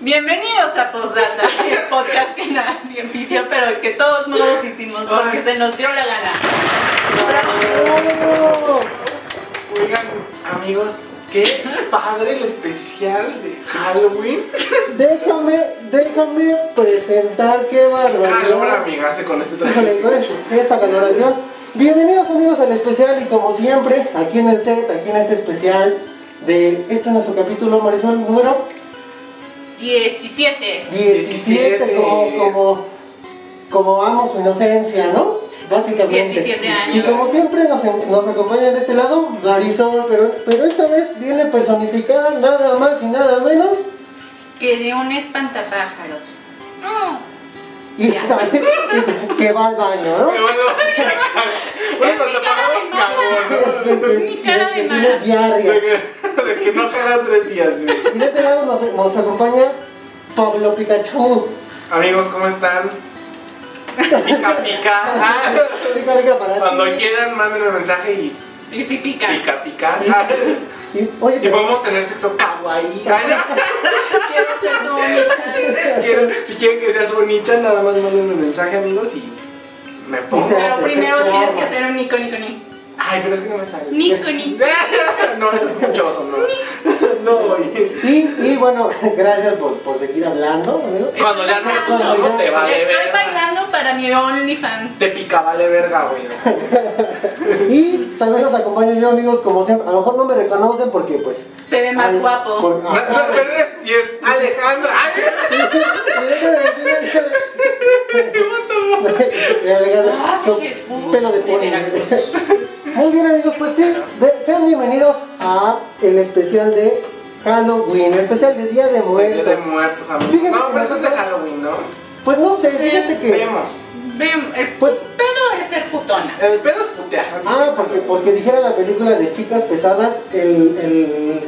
Bienvenidos a Postdata, el podcast que nadie pidió, pero que todos modos hicimos porque se nos dio la gana. ¡Bravo! Oigan, amigos, qué padre el especial de Halloween. Déjame, déjame presentar qué Calor, barbaridad. amiga, hace con este traje. Híjole, con que he hecho. es- esta caloración. Bienvenidos amigos al especial y como siempre, aquí en el set, aquí en este especial de este es nuestro capítulo Marisol número 17. 17, como, como, como amo su inocencia, ¿no? Básicamente. 17 años. Y como siempre nos, nos acompaña de este lado Marisol, pero, pero esta vez viene personificada nada más y nada menos Que de un espantapájaros. Mm. y Ya. también que va al baño, ¿no? Pero Bueno, bueno, cuando pagamos cagón, Es mi cara de Tiene mala. ¿no? De diarrea. que, de que no cagan tres días. ¿sí? Y de este lado nos, nos acompaña Pablo Pikachu. Amigos, ¿cómo están? Pica, pica. Ah, Pica, pica para ti. Cuando quieran, mándenme mensaje y Y si pica. pica, pica. Ah, Y- Oye, Y pero- podemos tener sexo kawaii. Ah, Quiero ser tu única. quieren- si quieren que sea su nicha, nada más mándenme mensaje, amigos, y me pongo. Pero primero tienes que hacer un Nico Nico Ni. Ay, pero es que no me sale. Nico Ni. No, eso es muchoso, no. No, oye. y, y bueno, gracias por, por seguir hablando, amigo. Cuando ya no, no, te vale Estoy verga. bailando para mi OnlyFans. Te pica vale verga, güey. o sea. Y también los acompaño yo, amigos, como siempre. A lo mejor no me reconocen porque, pues. Se ve más al- guapo. por- No, ah, no, pero eres 10. Alejandra. Ay, Ay, Son Jesús, pelo Ah, de de pony. Veracruz. Muy bien amigos, pues sí, de- sean bienvenidos a el especial de Halloween, el especial de Día de Día de Muertos. muertos, amigos. Fíjate No, que pero eso es de nosotros- Halloween, ¿no? Pues no sé, fíjate que. Vemos. Ven, el Pues, pedo es ser putona. El pedo es putear. ah, porque, porque dijera la película de chicas pesadas, el, el,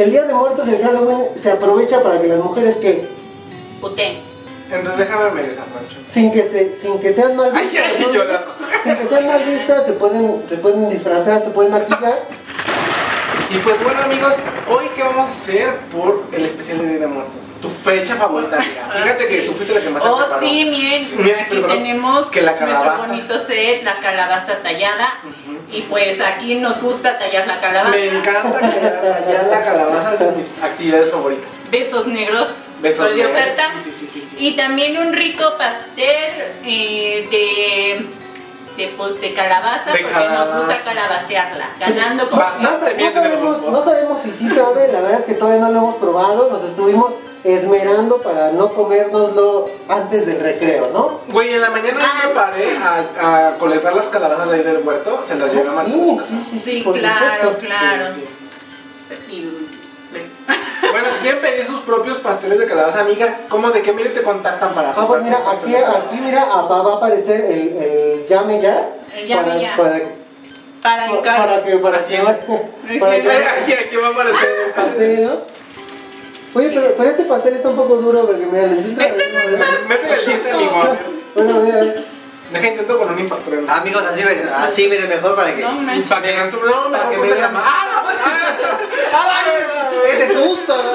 el Día de Muertos, el Halloween, se aprovecha para que las mujeres que, Putén. Entonces déjame ver esa mancha. sin que se, sin que sean mal Ay, vistas, ay, ¿no? yo la- sin que sean mal vistas, se pueden, se pueden disfrazar, se pueden maquillar. Y pues bueno amigos, hoy qué vamos a hacer por el especial de Día de Muertos. Tu fecha favorita, amiga. Fíjate que tú fuiste la que más se Ah, Oh, preparó. sí, miren, Miren, aquí preparó. tenemos Que la calabaza. nuestro bonito set, la calabaza tallada. Y pues aquí nos gusta tallar la calabaza. Me encanta que ya la calabaza es de mis actividades favoritas. Besos negros. Besos. sol de verdes. oferta. Sí, sí, sí, sí. sí. Y también un rico pastel eh, de, de, pues, de calabaza, De porque calabaza. nos gusta calabacearla. Sí, Ganando como bastante. siempre. No sabemos, no sabemos si sí sabe, la verdad es que todavía no lo hemos probado, nos estuvimos esmerando para no comérnoslo antes del recreo, ¿no? Güey, en la mañana yo Ah. me paré a, a colectar las calabazas de ahí del huerto, se las Ah, llevé a Marcelo. a su casa. Uh, Sí, por claro, supuesto. claro. Sí, Y- sí. Bueno, si quieren pedir sus propios pasteles de calabaza, amiga, ¿cómo de qué medio te contactan para Ah, pues mira, comprar tu aquí, pastel de calabaza? aquí mira, ah, va va a aparecer el, el llame ya. El llame para, ya. Para, para para, encargo. que, para que, Haciendo. para que- Ay, Eh, Aquí, aquí va a aparecer. pastel, ¿no? Oye, pero, pero este pastel está un poco duro porque mira, le intento- Ese no es más. Métele el diente al limón. Bueno, mira, mira. Deja intento con un impacto. Amigos, así, me- así miren mejor para que. Ah, No manches. Para que no se no, para pues que me ponte la vean. mano. ¡Ah, ¡Ah! ¡Ese susto! ¿no?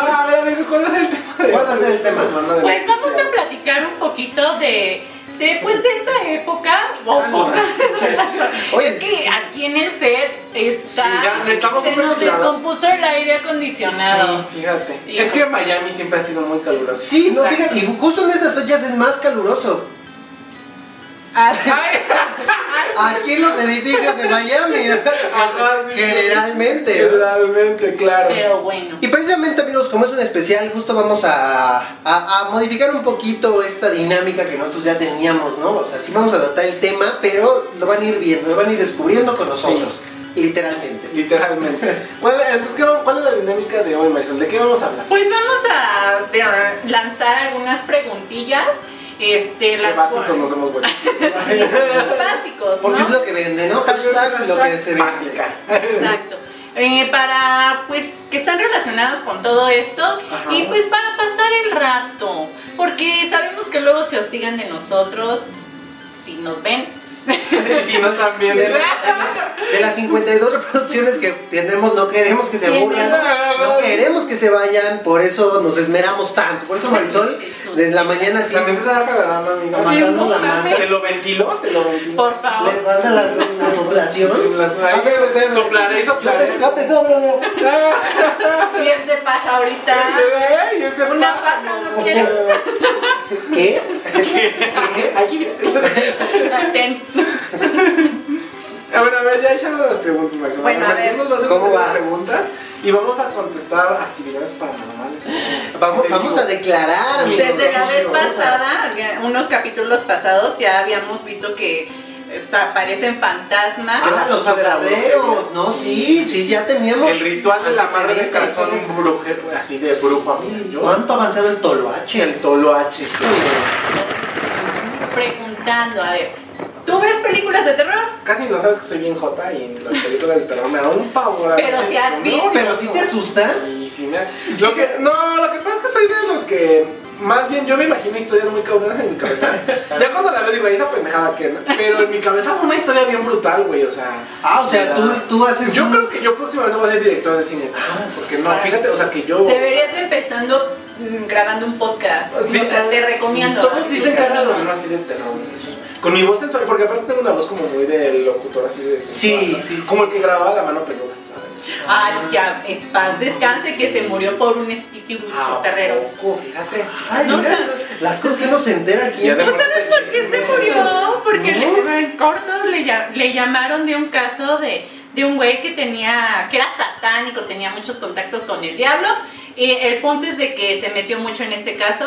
no! No, a ver, amigos, ¿cuál es el tema? de- ¿Cuál va a ser el tema? Hermano de- Pues vamos a platicar un poquito de después de esta época. Ah, o- o- Oye. es que aquí en el set está Sí, ya necesitamos se un nos ventilador. descompuso el aire acondicionado. Sí, fíjate. Y- Es que Miami siempre ha sido muy caluroso. Sí, no, Exacto. fíjate, y justo en estas fechas es más caluroso. Así- Aquí en los edificios de Miami, ¿no? Ajá, sí. generalmente. ¿no? Generalmente, claro. pero bueno. Y precisamente amigos, como es un especial, justo vamos a, a- a modificar un poquito esta dinámica que nosotros ya teníamos, ¿no? O sea, sí vamos a tratar el tema, pero lo van a ir viendo, lo van a ir descubriendo con nosotros, literalmente. Literalmente. Bueno, entonces, ¿qué va- ¿cuál es la dinámica de hoy, Marisol? ¿De qué vamos a hablar? Pues vamos a de- lanzar algunas preguntillas. Este, Qué las básicos nos hemos vuelto. Sí, básicos, Porque ¿no? es lo que vende, ¿no? Hashtag lo que se vende. básica. Exacto. Eh, para, pues, que están relacionados con todo esto y pues para pasar el rato, porque sabemos que luego se hostigan de nosotros si nos ven Y si no, también. De, las- de las 52 reproducciones que tenemos, no queremos que se aburran, no queremos que se vayan, por eso nos esmeramos tanto. Por eso Marisol, desde la mañana sí, También se está cagando, amigo. amasando la masa, Te lo ventiló, te lo ventiló. Por favor. le manda la, la soplación. A ver, soplaré y Ya te, soplaré. ya te sobra. Pies de paja ahorita. Ay, ese Una pa- paja no quieres. ¿Qué? ¿Qué? Aquí viene. Ten. A ver, a ver, ya échanos las preguntas, Max. Bueno, a ver. Nosotros vamos a ¿Cómo hacer las va? preguntas y vamos a contestar actividades paranormales. Vamos, Te vamos digo. a declarar. mis Desde la vez orgullos. pasada, unos capítulos pasados, ya habíamos visto que o sea, aparecen fantasmas. Ah, los verdaderos, ¿no? Sí, sí, ya teníamos. El ritual de la madre de antecedentes. calzón brujero, así de brujo, amigo. Yo, ¿Cuánto ha avanzado el toloache? el toloache. Preguntando, a ver, ¿tú ves películas de terror? Casi no sabes que soy bien jota y en las películas del terror me da un pavor. Pero si has visto. Pero si te asustan. Sí, sí me lo que, no, lo que pasa es que soy de los que. Más bien, yo me imagino historias muy cabronas en mi cabeza. ya cuando la veo digo, "Ay, esa pendejada que. ¿no?". Pero en mi cabeza fue una historia bien brutal, güey, o sea. Ah, o sea, tú, tú haces. Yo un- creo que yo próximamente voy a ser director de cine. Porque no, fíjate, o sea que yo. Deberías empezando mm, grabando un podcast. Sí, o sea, te recomiendo. Todos dicen que era lo mismo Así así de terror. Con mi voz sensual, porque aparte tengo una voz como muy de locutor así de. sensual, Sí, ¿no? sí, sí. Como el que grababa la mano peluda, ¿sabes? Ay, Ah, ya, es paz, descanse que se murió por un espíritu Ah, chocarrero. poco, fíjate. Ay, No mira, sabes. las cosas que uno se entera aquí. Ya de- ¿No sabes por qué se murió? Porque le, en corto le, llam- le llamaron de un caso de, de un güey que tenía, que era satánico, tenía muchos contactos con el diablo. Y el punto es de que se metió mucho en este caso.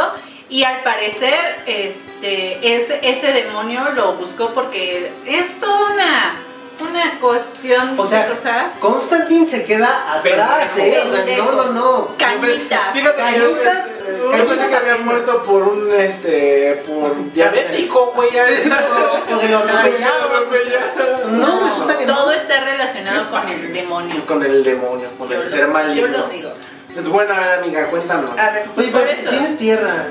Y al parecer, este, ese, ese demonio lo buscó porque es toda una, una cuestión O sea, de cosas. Constantine se queda atrás, ¿eh? O sea, no, no, no. Cañitas. Fíjate, Cañitas, cañitas, eh, cañitas, cañitas se había apenas. muerto por un, este, por diabético, güey. ya. Porque lo atropellaron. No, resulta que no. Todo está relacionado con el demonio. Con el demonio, con Yo el los- ser maligno. Yo los digo. Ah, Es buena, a ver, amiga, cuéntanos. A ver, Oye, por pero eso. tienes tierra.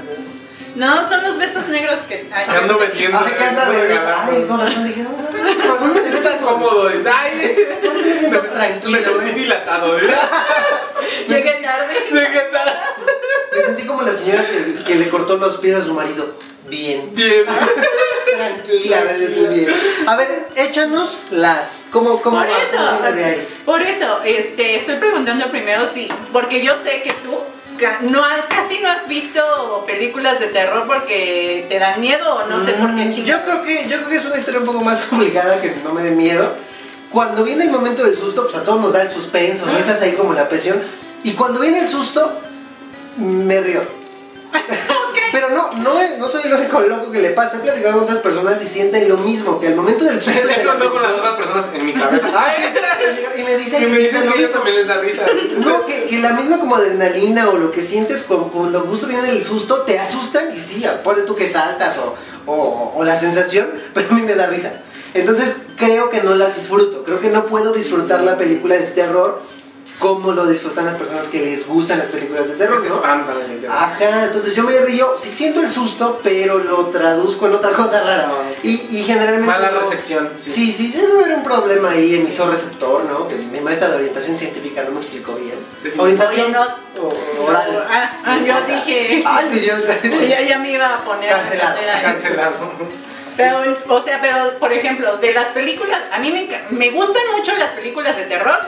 No, son los besos negros que hay. Ando vendiendo. Ay, que Ah, anda ando bebé. regalando. Ay, corazón, dije, no, no, "Ah, no, Por eso me siento tan cómodo. ¿eh? Ay, no me siento me tranquilo. sentí dilatado. ¿eh? Llegué tarde. ¿De qué tal? Me sentí como la señora que, que le cortó los pies a su marido. Bien. Bien. Tranquila, vete tú bien. A ver, échanos las. ¿Cómo, cómo Por va? eso, ¿Cómo viene de ahí? por eso, este, estoy preguntando primero si, porque yo sé que tú ca- no has- casi no has visto películas de terror porque te dan miedo o no sé por qué Mm, chingados. Yo creo que yo creo que es una historia un poco más complicada que no me dé miedo. Cuando viene el momento del susto, pues a todos nos da el suspenso, ¿no? Estás ahí como en la presión. Y cuando viene el susto, me río. Pero no, no, es- no soy el único loco que le pasa. He platicado con otras personas y sienten lo mismo, que al momento del susto. Estoy de la hablando con las presión- otras personas en mi cabeza. Ay, y me dicen Y me que sienten dicen lo que ellos mismo. también les da risa. No, que, que la misma como adrenalina o lo que sientes con- cuando justo viene el susto, te asustan y sí, aparte tú que saltas o, o- o la sensación, pero a mí me da risa. Entonces creo que no las disfruto, creo que no puedo disfrutar la película de terror como lo disfrutan las personas que les gustan las películas de Que terror, se ¿no? espantan, la gente. Ajá, entonces yo me río, sí siento el susto, pero lo traduzco en otra cosa rara. Y, y generalmente... Mala no- recepción. Sí, sí, debe haber un problema ahí, emisor-receptor, ¿no? Que mi maestra de orientación científica no me explicó bien. Oye, Orientación no. o- oral. Ah, ah, yo dije. Ay, pues yo... Ya, ya me iba a poner. Cancelado, Cancelado. Pero, o sea, pero por ejemplo, de las películas, a mí me, enca- me gustan mucho las películas de terror,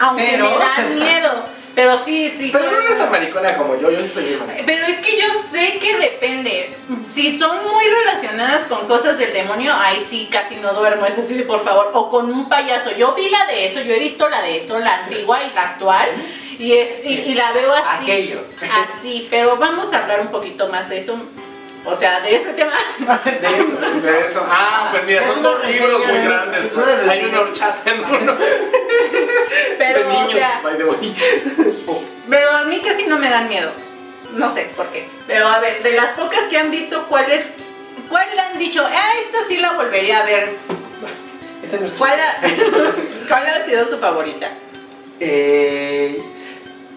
aunque Pero- me dan miedo. Pero sí, sí, Pero soy- no eres tan maricona como yo, yo sí soy bien maricona. Pero es que yo sé que depende. Si son muy relacionadas con cosas del demonio, ahí sí casi no duermo. Es así de por favor. O con un payaso. Yo vi la de eso, yo he visto la de eso, la antigua y la actual. Y, es, y, y la veo así. Aquello. Así. Pero vamos a hablar un poquito más de eso. O sea, de ese tema. De eso. De eso. Ah, pues mira, Es son una dos libros reseña muy de- grandes. es una reseña. Hay una horchata en uno. Pero, de niños, o sea, by the way. pero a mí casi no me dan miedo. No sé por qué. Pero a ver, de las pocas que han visto, ¿cuál es? ¿Cuál le han dicho? Ah, esta sí la volvería a ver. Ese no es nuestro... ¿Cuál ha, cuál ha sido su favorita? Eh,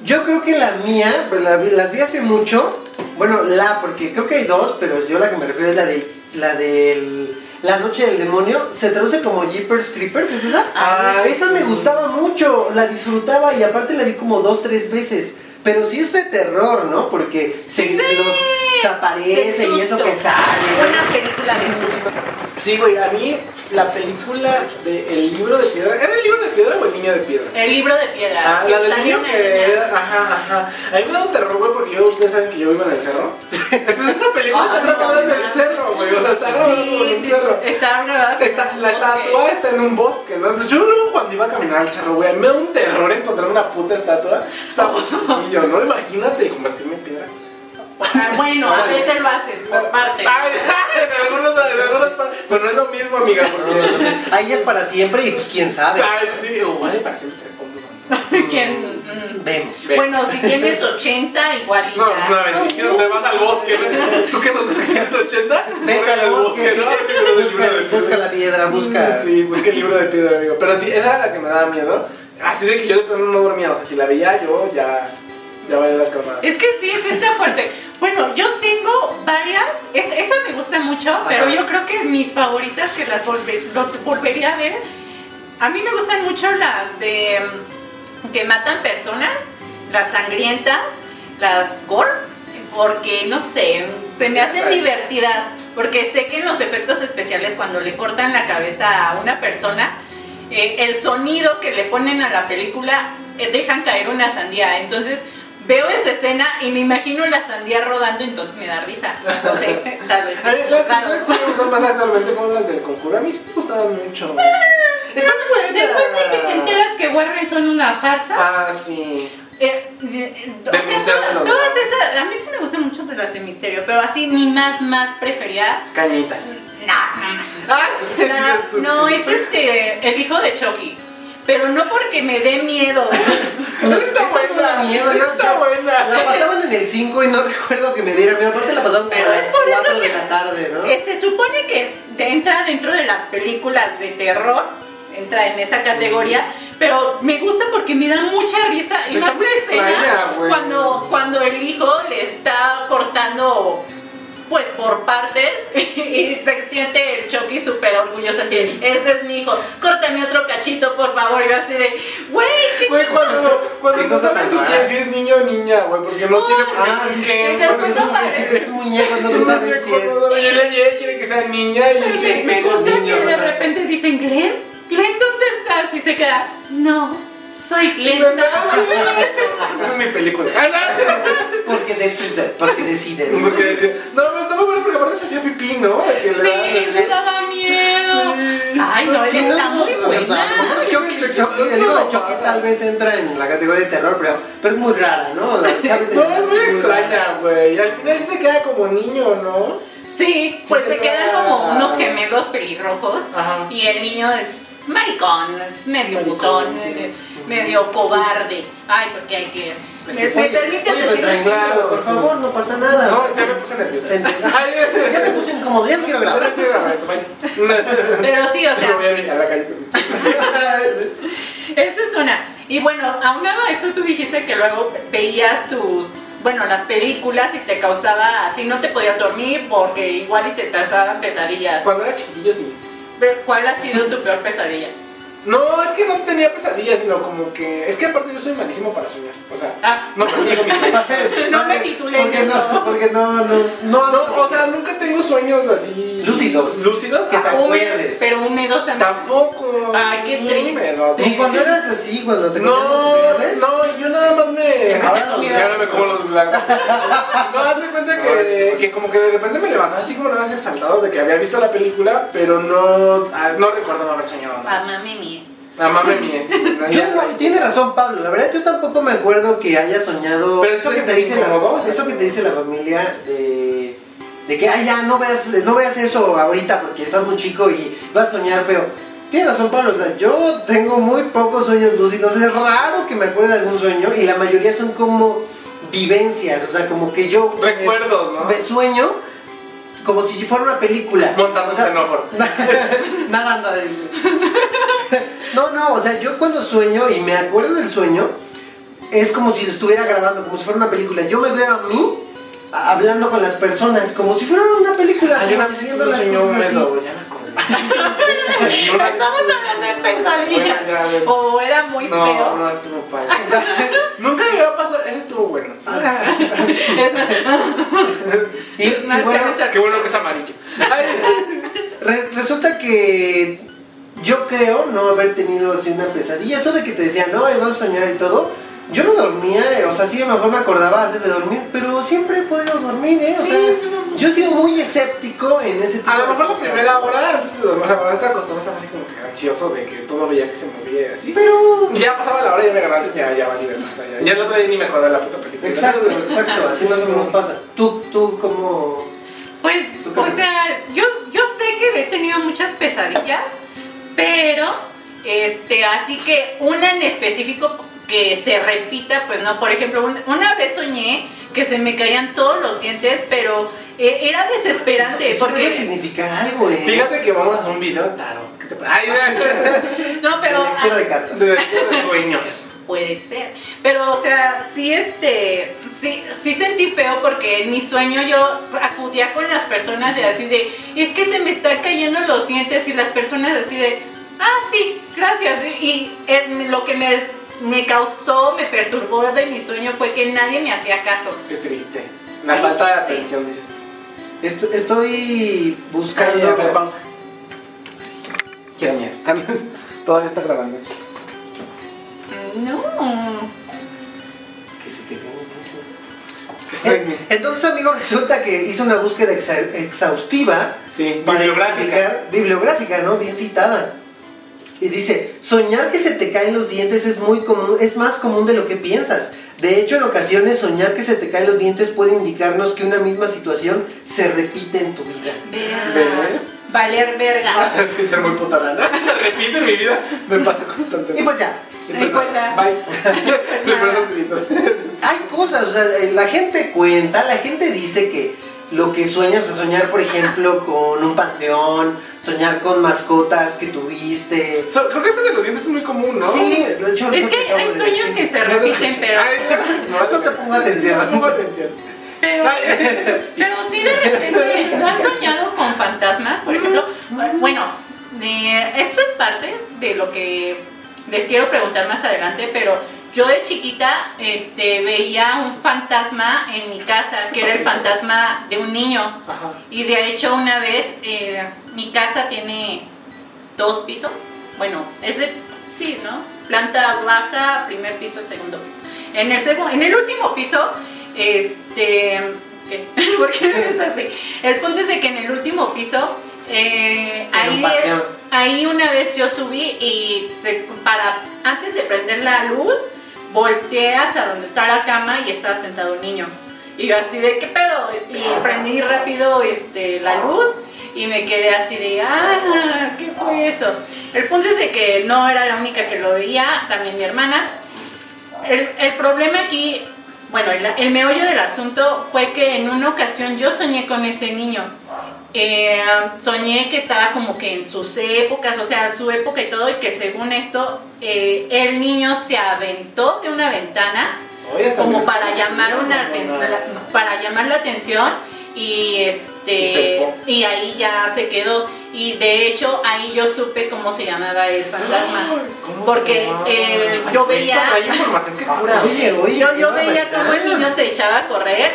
yo creo que la mía, pues la vi- las vi hace mucho. Bueno, la, porque creo que hay dos, pero yo la que me refiero es la de la del La Noche del Demonio, se traduce como Jeepers Creepers, ¿es esa? Ah, esa me gustaba mucho, la disfrutaba y aparte la vi como dos, tres veces. Pero sí es de terror, ¿no? Porque se, Sí. los, se aparece Del y eso susto. que sale. Una película Sí, de sí, sí. susto. Sí, güey, a mí la película de El libro de piedra. ¿Era el libro de piedra o el niño de piedra? El libro de piedra. Ah, que la del sale niño una que niña. era. Ajá, ajá. A mí me da un terror, güey, porque yo, ustedes saben que yo vivo en el cerro. Entonces esa película Ah, está sí, grabada en el cabrón. cerro, güey. O sea, está grabada en Sí, Ah, el sí, cerro. está grabada. como Está- un la estatua bosque. está en un bosque, ¿no? Entonces, yo luego cuando iba a caminar al cerro, güey, a mí me da un terror encontrar una puta estatua. Estaba y yo, ¿no? Imagínate convertirme en piedra. Ah, bueno, a veces lo haces, Ah, por parte. Ay, en algunos, en algunos par- Pero no es lo mismo, amiga, porque. Ahí es para siempre y pues quién Ah. sabe. Ay, sí, o vale, para siempre estar cómodo. ¿Quién? Mm. Vemos. Bueno, si tienes 80, igual y No, ya. una bendición, te vas al bosque. ¿no? ¿Tú que nos enseñaste 80? Vete al bosque, busca, busca la piedra, busca. Sí, busca el libro de piedra, amigo. Pero sí, esa era la que me daba miedo. Así de que yo de plano no dormía. O sea, si la veía yo, ya. Ya valía las camadas. Es que sí, sí está fuerte. Bueno, yo tengo varias, es- esa me gusta mucho, pero yo creo que mis favoritas que las volve- los volvería a ver, a mí me gustan mucho las de mm, que matan personas, las sangrientas, las gore, porque no sé, se me hacen Ay. divertidas, porque sé que en los efectos especiales cuando le cortan la cabeza a una persona, eh, el sonido que le ponen a la película eh, dejan caer una sandía. Entonces veo esa escena y me imagino la sandía rodando, entonces me da risa. No sé, tal vez. sí, Ay, Eh, Las raro. películas que me gustan más actualmente fueron las del conjuro. A mí sí me gustaban mucho. Están buenas. Después de que te enteras que Warren son una farsa, Ah, sí. eh, eh, o Del sea, Museo toda- de los todas esas, a mí sí me gustan mucho de las de misterio, pero así ni más, más preferida. Cañitas. No, Ah, no, no, no, no, es este, el hijo de Chucky. Pero no porque me dé miedo. No está Esa no da buena. miedo, No yo- está buena. La pasaban en el 5 y no recuerdo que me diera miedo. Aparte la pasaban como Pero a es las por eso 4 de que- la tarde, ¿no? Eh, se supone que es- de- entra dentro de las películas de terror, entra en esa categoría, pero me gusta porque me da mucha risa. Y Está más muy la escena extraña, güey. cuando, cuando el hijo le está cortando pues por partes y se siente el Chucky súper orgulloso así, de, este es mi hijo, córtame otro cachito por favor, y yo así de, güey, qué Güey, chido". cuando, cuando Qué no cosa saben tan si rara. si es niño o niña, güey, porque no tiene por Ah, qué sí, sí, ser que- después Porque es un, aparece. es un muñeco, no Sí, se no sabe me si es. acuerdo, y ella- y ella quiere que sea niña y Ay, ella Me, quiere me que sea gusta niño. que de ¿verdad? repente dicen, Glenn, Glenn, ¿dónde estás? Y se queda, no, soy Glenn. Esa es mi película. Ah, Porque decides. Porque no. decides. Porque decía, no, pero estaba bueno porque aparte se hacía pipí, ¿no? De que Sí, le- me daba miedo. Sí. Ay, no, Si esa está muy o sea, o sea, pues, buena. Chucky- Chucky- el hijo de Chucky tal vez entra en la categoría de terror, pero, pero es muy rara, ¿no? La- cabeza- No, es muy extraña, güey. Al final sí se queda como niño, ¿no? Sí, Sí, pues se se quedan queda- como unos gemelos pelirrojos Ajá. y el niño es maricón, es medio Maricón, putón, sí. medio- medio cobarde. Ay, porque hay que... ¿Me, me permites Oye, decir tranquilo, claro, por sí. favor, no pasa nada. No, ya me puse nerviosa. Ay, Ya me puse incómodo, ya no quiero Ya grabar. no quiero grabar esto, bye. Pero sí, o Me sea, voy a ir a la calle. pues, Esa es una. Y bueno, aunado a esto, tú dijiste que luego veías tus, bueno, las películas y te causaba, así no te podías dormir porque igual y te causaban pesadillas. Cuando era chiquitillo, sí. Pero, ¿Cuál ha sido tu peor pesadilla? No, es que no tenía pesadillas, sino como que. Es que aparte yo soy malísimo para soñar. O sea, Ah. no persigo mis sueños. No me titulé en porque eso. No, porque no, no, no. No, o sea, nunca tengo sueños así. Lúcidos. Lúcidos que Ah, tampoco. Húmedo, acuerdes. pero húmedo también. Tampoco. Ay, qué triste. Húmedo. y cuando eras así, cuando te No, comían los verdes, no, yo nada más me. Siempre se ha Ahora los- comido. Ya no me como los blancos. No, hazte cuenta que, que como que de repente me levantaba así como nada más exaltado de que había visto la película, pero no, ah, no recordaba haber soñado nada. Ah, mami mía. La mamá mía. sí, no, Yo ya no- está. tiene razón Pablo, la verdad yo tampoco me acuerdo que haya soñado Pero eso sí, que te es dice incómodo, o la, sea. eso que te dice la familia de, de que ay ya no veas, no veas eso ahorita porque estás muy chico y vas a soñar feo. Tiene razón Pablo, o sea, yo tengo muy pocos sueños lúcidos, es raro que me acuerde de algún sueño y la mayoría son como vivencias, o sea, como que yo eh, Recuerdos, ¿no? me sueño como si fuera una película. Montando este O sea, xenófono. Nada, nada. No, no, o sea, yo cuando sueño y me acuerdo del sueño, es como si lo estuviera grabando, como si fuera una película. Yo me veo a mí a- hablando con las personas, como si fuera una película, Ah, yo como una si vez viendo tuve las un sueño cosas así. húmedo, güey, ya me acordé. Estamos hablando de pesadilla. Bueno, ya, ya. O era muy No, feo. no estuvo padre. Ah, Nunca llegó a pasar. Ese estuvo bueno. ¿sabes? Es- Y, y Marciales bueno, al- Qué bueno que es amarillo. re- resulta que yo creo no haber tenido así una pesadilla. Eso de que te decían, no, eh, vas a soñar y todo. Yo no dormía, eh, o sea, sí, a lo mejor me acordaba antes de dormir, pero siempre he podido dormir, ¿eh? O Sí, sea, yo también. yo he sido muy escéptico en ese tipo A lo de mejor la cosas. primera hora, antes de dormir, la verdad estaba acostado, estaba así como que ansioso de que todo veía que se movía y así. Pero. Ya pasaba la hora y ya me agarraba, ya, ya valí verga, o sea, ya, ya el otro día ni me acordaba de la puta película. Exacto, exacto, así más o menos pasa. Tú, tú, como. Pues, ¿Tú qué o opinas? sea, yo, yo sé que he tenido muchas pesadillas, pero, este, así que una en específico que se repita, pues no, por ejemplo, un- una vez soñé que se me caían todos los dientes, pero eh, era desesperante, Eso porque... debe significar algo, ¿eh? Fíjate que vamos a hacer un video de tarot. ¿Qué te parece? Ay, No, De pero... ah, lectura de cartas. de, de, de sueños. Puede ser. Pero, o sea, sí, este, sí, sí sentí feo porque en mi sueño yo acudía con las personas y así de, es que se me están cayendo los dientes y las personas así de, ah, sí, gracias. Y, y, eh, lo que me, me causó, me perturbó de mi sueño fue que nadie me hacía caso. Qué triste. La Ay, falta de sí. atención, dices. Esto- Estoy Ay, buscando. a ver, pausa. Qué mierda. Ah, no, Todavía está grabando. No. Que se te caiga el diente. Estoy- Entonces, amigo, resulta que hice una búsqueda exa- exhaustiva. Sí, para bibliográfica. identificar- bibliográfica, ¿no? Bien citada. Y dice, soñar que se te caen los dientes es muy común, es más común de lo que piensas. De hecho, en ocasiones soñar que se te caen los dientes puede indicarnos que una misma situación se repite en tu vida. Verga. ¿Ves? Ah, Valer verga. Sin ser muy puta lana. Se repite en mi vida. Me pasa constantemente. Y pues ya, Y pues ya. Bye. Me nada. perdón, Pedrito. hay cosas, o sea, eh, la gente cuenta, la gente dice que lo que sueñas, o sea, soñar, por ejemplo, con un panteón, soñar con mascotas que tuviste. So, creo que ese de los dientes es muy común, ¿no? Sí, de hecho, Es que ahorita te acabo hay de sueños decir. que se repiten, pero... Ay, No, no te pongo atención. No pongo atención. Pero, pero sí de repente, ¿no has soñado con fantasmas, por ejemplo? Bueno, eh, esto es parte de lo que les quiero preguntar más adelante, pero yo de chiquita este, veía un fantasma en mi casa, que era el fantasma de un niño. Ajá. Y de hecho una vez, eh, mi casa tiene dos pisos. Bueno, es de, sí, ¿no? Planta baja, primer piso, segundo piso. En el, segu- en el último piso, este... ¿qué? ¿Por qué es así? El punto es de que en el último piso, eh, En un ahí, patio. ahí una vez yo subí y se- para, antes de prender la luz, volteas a donde está la cama y estaba sentado un niño. Y yo así de, ¿qué pedo? Y prendí rápido este, la luz y me quedé así de, ah, ¿qué fue eso? El punto es de que no era la única que lo veía, también mi hermana. El, el problema aquí, bueno, el, el meollo del asunto fue que en una ocasión yo soñé con este niño. Eh, soñé que estaba como que en sus épocas, o sea, su época y todo, y que según esto, eh, el niño se aventó de una ventana Oye, como ¿sabes? para llamar una No, no, no. la- para llamar la atención y Y se este fue. y ahí ya se quedó y de hecho ahí yo supe cómo se llamaba el fantasma ¿Cómo se porque llamaba? eh, Ah, Ay, yo eso, veía Hay información que cura. Oye, oye. yo, yo qué veía barbaridad. cómo el niño se echaba a correr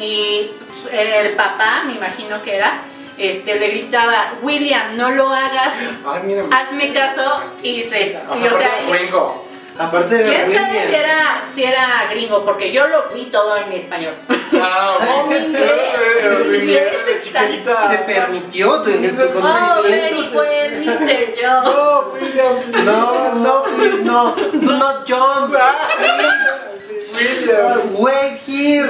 y su- el papá me imagino que era este le gritaba William no lo hagas Ay, mira. hazme caso y se O y, o sea, sea, aparte, y- gringo. Aparte de la ¿Quién sabe si familia. era, si era gringo? Porque yo lo vi todo en español. Ah, mi inglés. Su Mi inglés inglés de está- chiquitita. Te permitió tener tu Oh, very conocimiento. well, Mr. Joe. No, William. No, no, please, no. Do not jump. William. Wait here.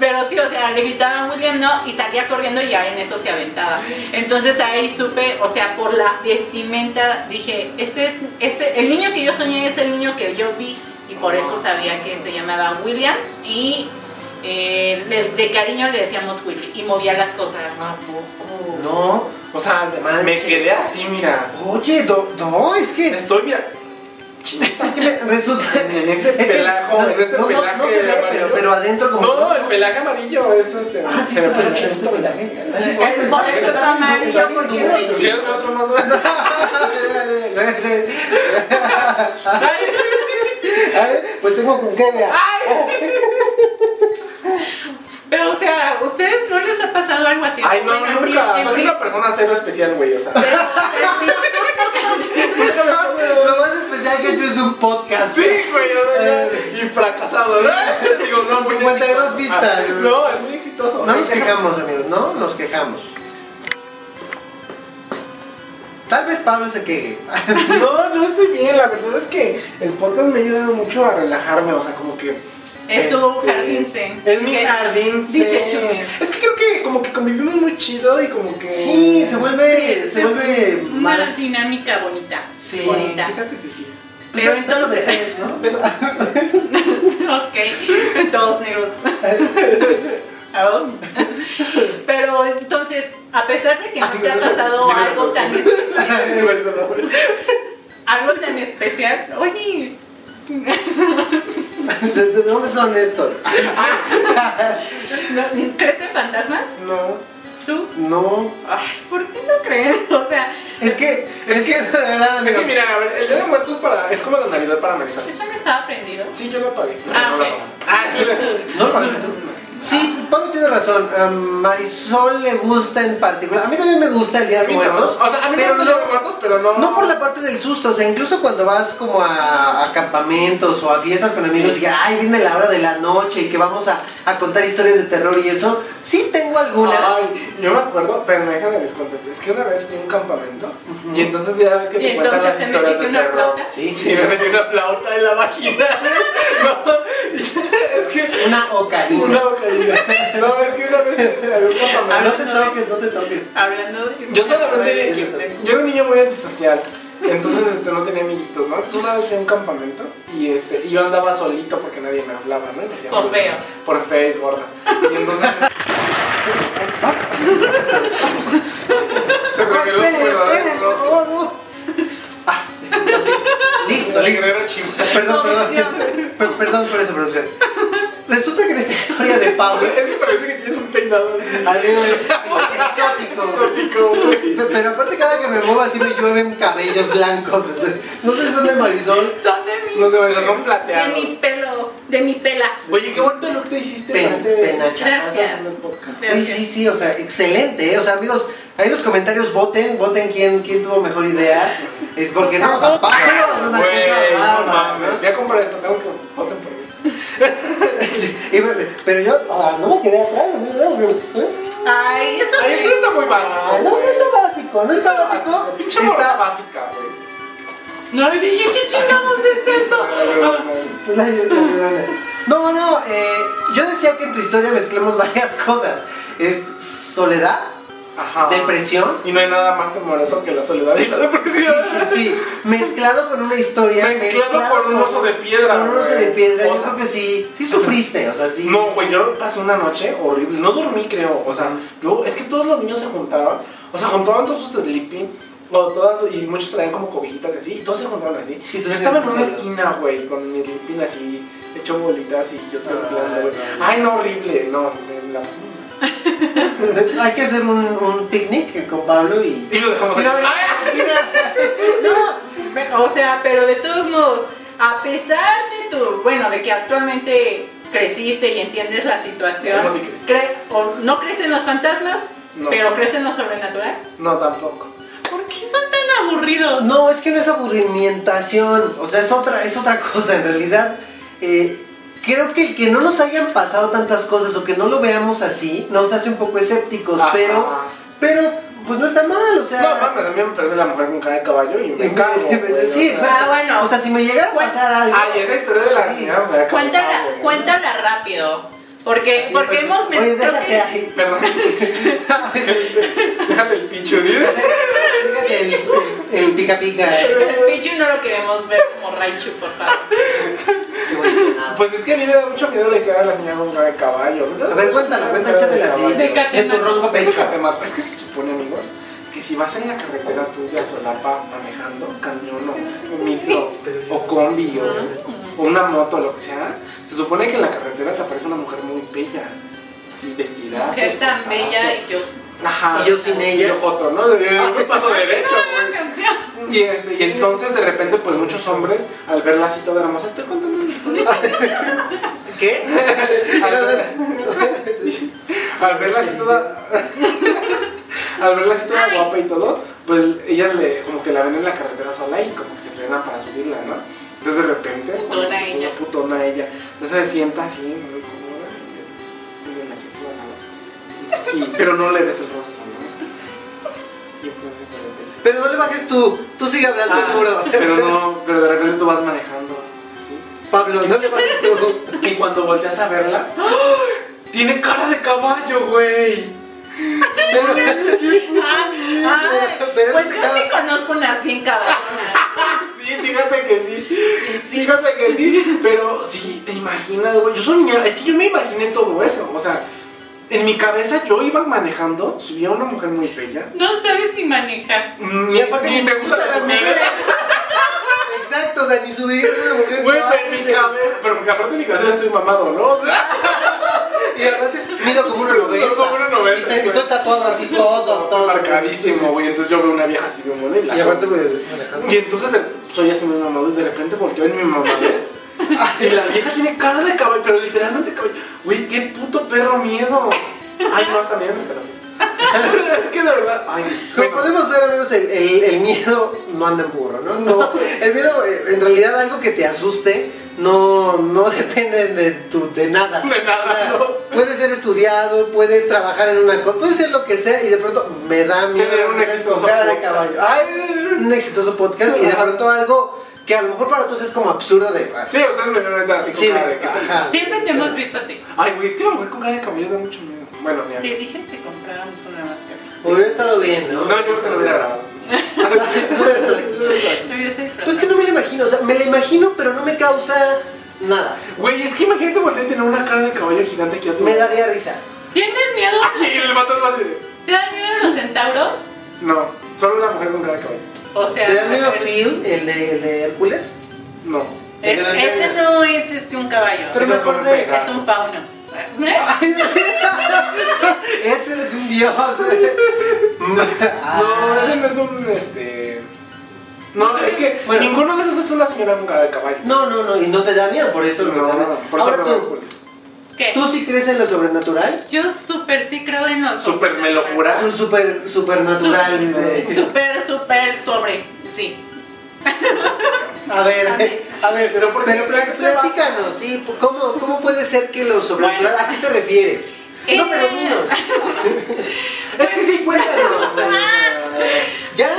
Pero sí, o sea, le gritaban William no y salía corriendo y ya en eso se aventaba. Entonces ahí supe, o sea, por la vestimenta dije, este es, este, el niño que yo soñé es el niño que yo vi y por eso sabía que se llamaba William y eh, de, de cariño le decíamos Willy y movía las cosas. ¿A poco? No. O sea, Manches. me quedé así, mira. Oye, do- no, es que. Estoy, mira. Es que me- resulta. En este es que- pelajo, en este no, no, pelaje No se ve, amarillo. pero, pero adentro como. No, el pelaje amarillo es este. Ah, sí, se me está- puede- está pelaje. El boleto está amarillo porque es de Sí, chico. hazme otro más bueno. A ver, pues tengo con qué vea. Pero, o sea, ¿ustedes no les ha pasado algo así? Ay, no, Bueno, en nunca. Blitz- en Soy Blitz- una persona cero especial, güey. O sea, pero, en Blitz- Lo más especial que he hecho es un podcast. sí, güey. o sea, Y fracasado, ¿no? Eh. Digo, no, muy 52 exitoso. vistas, Ah, güey. No, es muy exitoso. No nos quejamos, amigos, no nos quejamos. Tal vez Pablo se queje. No, yo estoy bien. La verdad es que el podcast me ha ayudado mucho a relajarme. O sea, como que. este, Es tu jardín zen. Es mi Dice- jardín zen. dice Chumel. Es que creo que como que convivimos muy chido y como que. Sí, se vuelve, Sí, se vuelve una más. dinámica bonita. Sí, bonita. Fíjate si sí. Pero Besos de entonces, tres, ¿no? ok, todos negros. Oh. Pero entonces, a pesar de que no te ha pasado algo tan especial, algo tan especial, oye, es- ¿De de dónde son estos? ¿no- ¿crees en fantasmas? No. ¿Tú? No. Ay, ¿por qué no crees? O sea, Es que, es que, de verdad, Es amigo. que mira, a ver, el Día de Muertos para, es como la Navidad para Marisa. eso no estaba aprendido. Sí, yo lo apagué. No, Ah, no lo ok. apagué. No lo pagaste tú. Sí, Pablo tiene razón. A Marisol le gusta en particular. A mí también me gusta el Día A de mí no. Muertos. O sea, a mí me pero gusta el Día de Muertos, pero no. No por la parte del susto, o sea, incluso cuando vas como a, a campamentos o a fiestas con amigos y ay, viene la hora de la noche y que vamos a, a contar historias de terror y eso, sí tengo algunas. Ay, yo me acuerdo, pero déjame les contesté. Es que una vez fui a un campamento y entonces ya ves que Y te cuentan entonces las se historias metió de una terror. flauta. Sí, sí, me metí una flauta en la vagina. No, es que Una ocarina. una ocarina. No, es que una vez este, había un campamento. Ah, No te toques, no te toques. Hablando de Yo solamente. Yo era un niño muy antisocial. Entonces este, no tenía amiguitos, ¿no? Entonces una vez fui a un campamento y este, y yo andaba solito porque nadie me hablaba, ¿no? Y me hacían Por bullying. feo. Por feo y gorda. Y entonces. Se me quedó Esperen, fuera, esperen, ¿no? por favor, no. Ah, así. Listo, El listo. guerrero chingón. Perdón, perdón. Producción. Per- perdón por eso, producción. Resulta que en esta historia de Pablo, Es que parece que tienes un peinado así. así, exótico. exótico, güey. Pe- Pero aparte cada que me muevo así me llueven cabellos blancos. entonces, No sé si son de Marisol. Son de mi, Los de verdad son de mi plateados. pelo, de mi pela. Oye, qué bonito look te hiciste Pen- para este. penacha. Gracias. para el podcast. Sí, sí, sí, o sea, excelente. ¿eh? O sea, amigos, ahí en los comentarios voten, voten quién, quién tuvo mejor idea. Es porque no, o sea, Pablo es una Güey, cosa no bárbara, mames. Voy a comprar esto, tengo que. Voten por mí. ¿no? Sí, y me- Pero yo ah, no me quedé atrás, no, no, Ay, eso Ay, esto está muy Ah, básico. no, no güey. está básico, no está básico. Pinche morra Está básica, güey. No, dije, ¿qué chingados es eso? La llo- la llorona. No, no, eh, yo decía que en tu historia mezclamos varias cosas. Es soledad, Ajá. depresión Y no hay nada más temoroso que la soledad y la Sí, depresión. sí, sí. Mezclado con una historia. Mezclado con un oso de piedra, Con un oso güey. de piedra. O Yo sea- creo que sí. Sí sufriste, o sea, sí. No, güey, yo pasé una noche horrible. No dormí, creo. O sea, yo, es que todos los niños se juntaban. O sea, juntaban todos sus sleeping. O todas, y muchos traían como cobijitas y así. Y todos se juntaban así. Y tú yo estaba en tenías una solo. esquina, güey, con mi sleeping así. Hecho bolitas y yo temblando, güey. Ah, no. Ay, no, horrible. No, me la pasé muy mal. Hay que hacer un, un picnic con Pablo y. Y lo dejamos ahí. No, Bueno, O sea, pero de todos modos, a pesar de tu, bueno, de que actualmente creciste y entiendes la situación, Yo sí cre- o no crees en los fantasmas, No. pero crees en lo sobrenatural. No, tampoco. ¿Por qué son tan aburridos? No, es que no es aburrimientación. O sea, es otra, es otra cosa. En realidad, eh, creo que el que no nos hayan pasado tantas cosas o que no lo veamos así nos hace un poco escépticos. Ajá. Pero, pero, pues no está mal. O sea, No, mames, a mí me parece la mujer con cara de caballo y me cago. güey, Sí, o sea. exacto. Ah, bueno. Pues, O sea, si me llegara a Cuen- pasar algo. Ay, es la historia de la Sí. señora me da cabeza, Cuéntala, güey. cuéntala rápido. Porque, Sí, porque pues, hemos Oye, creo déjate que- ahí. Perdón. Déjate el picho, ¿sí? Déjate el, el- el pica pica. Pichu no lo queremos ver como Raichu, por favor. Pues es que a mí me da mucho miedo la historia de la señora con cara de caballo. A ver, cuéntala, cuéntala, échatela así. De En tu Catemaco. ronco pecho. Déjate, Marco. Es que se supone, amigos, que si vas en la carretera tuya solapa manejando camión o un micro o combi o, o una moto lo que sea, se supone que en la carretera te aparece una mujer muy bella, así vestida. Ah, Mujer tan escotazo. bella y yo. Ajá. Y yo sin ella. Y yo joto, ¿no? De, de un paso derecho, Ah, güey. canción. Y, este, y entonces de repente pues muchos hombres al verla así toda hermosa, estoy contando una historia. ¿Qué? al verla así toda al verla así toda Ay. guapa y todo pues ellas le como que la ven en la carretera sola y como que se frenan para subirla no entonces de repente Putona cuando se sube, ella. putona ella entonces se sienta así muy cómoda y le- y le hace todo al lado. Y- pero no le ves el rostro no Está así. y entonces de repente Pero no le bajes tú, tú sigue hablando Ah, duro. pero no pero de repente tú vas manejando ¿sí? Pablo, no le bajes tú. Y cuando volteas a verla, ¡ah! tiene cara de caballo, güey. Pero, Ah, ah, Pero- pero pues este yo cada- sí conozco unas bien cabronas. Sí, fíjate que sí. Sí, sí. Fíjate que sí. Pero sí, te imaginas, güey. Yo soñaba, es que yo me imaginé todo eso. O sea, en mi cabeza yo iba manejando, subía una mujer muy bella. No sabes ni manejar. y aparte ni me gustan las mujeres. Exacto, o sea, ni subiría una mujer. Güey, no, pero en mi dice, cabeza, pero en mi- aparte en mi cabeza estoy mamado, ¿no? O sea, Y aparte, mido como una estoy como novela. una novela. Estoy güey. tatuado así todo, todo. Marcadísimo, güey. Entonces yo veo una vieja así bien buena y la Y aparte, sombra. pues, Y entonces de- soy así muy mamado y de repente volteo en mi mamadez. Y la vieja tiene cara de caballo, pero literalmente caballo. Güey, qué puto perro miedo. Ay, no, hasta me dieron escalofríos. Es que de verdad, ay, no. Como Bueno, podemos ver, amigos, el, el- el miedo no anda en burro, ¿no? No, el miedo, eh, en realidad, algo que te asuste, no, no depende de, tu, de nada. De nada, no. Puede ser estudiado, puedes trabajar en una cosa, puede ser lo que sea, y de pronto me da miedo. Tener un me da exitoso cara de podcast. caballo. Ay, un exitoso podcast, y de pronto algo que a lo mejor para todos es como absurdo de. ah, sí, ustedes me vieron ahorita así con Sí, cara de de- caballo. ajá. Siempre te hemos visto así. Ay, güey, es que la mujer con cara de caballo da mucho miedo. Bueno, ni a Te dije que compráramos una máscara. Hubiera estado bien, ¿no? No, yo creo que lo hubiera grabado. Me hubiese disfrazado. Pues que no me la imagino, o sea, me la imagino, pero no me causa nada. Güey, es que imagínate voltear y tener una cara de caballo gigante que ya tú. Me daría risa. ¿Tienes miedo? Y el vato es más de- ¿Te dan miedo los centauros? No, solo una mujer con cara de caballo. O sea, ¿Te da miedo es- Phil, el de, el de Hércules? No. es- ese no es este un caballo. Pero me acordé. es un fauno. ¿Eh? Ese es un dios. eh. No, ese no es un este. No, es que Bueno. ninguno de esos es una señora con cara de caballo. No, no, no, y no te da miedo, por eso no, te da miedo. por Ahora eso no tú, Hércules. ¿Qué? ¿tú sí crees en lo sobrenatural? Yo súper sí creo en los. Súper, ¿me lo juras? Son super, supernatural. dice. Súper, súper sobre. Sí. A ver, a ver, Pero pero, ¿por qué? pero pla- platícanos, ¿sí? ¿Cómo, ¿Cómo puede ser que lo sobrenatural, Bueno. a qué te refieres? No, pero Eh. dinos. Es que sí, cuéntanos. güey. Ya.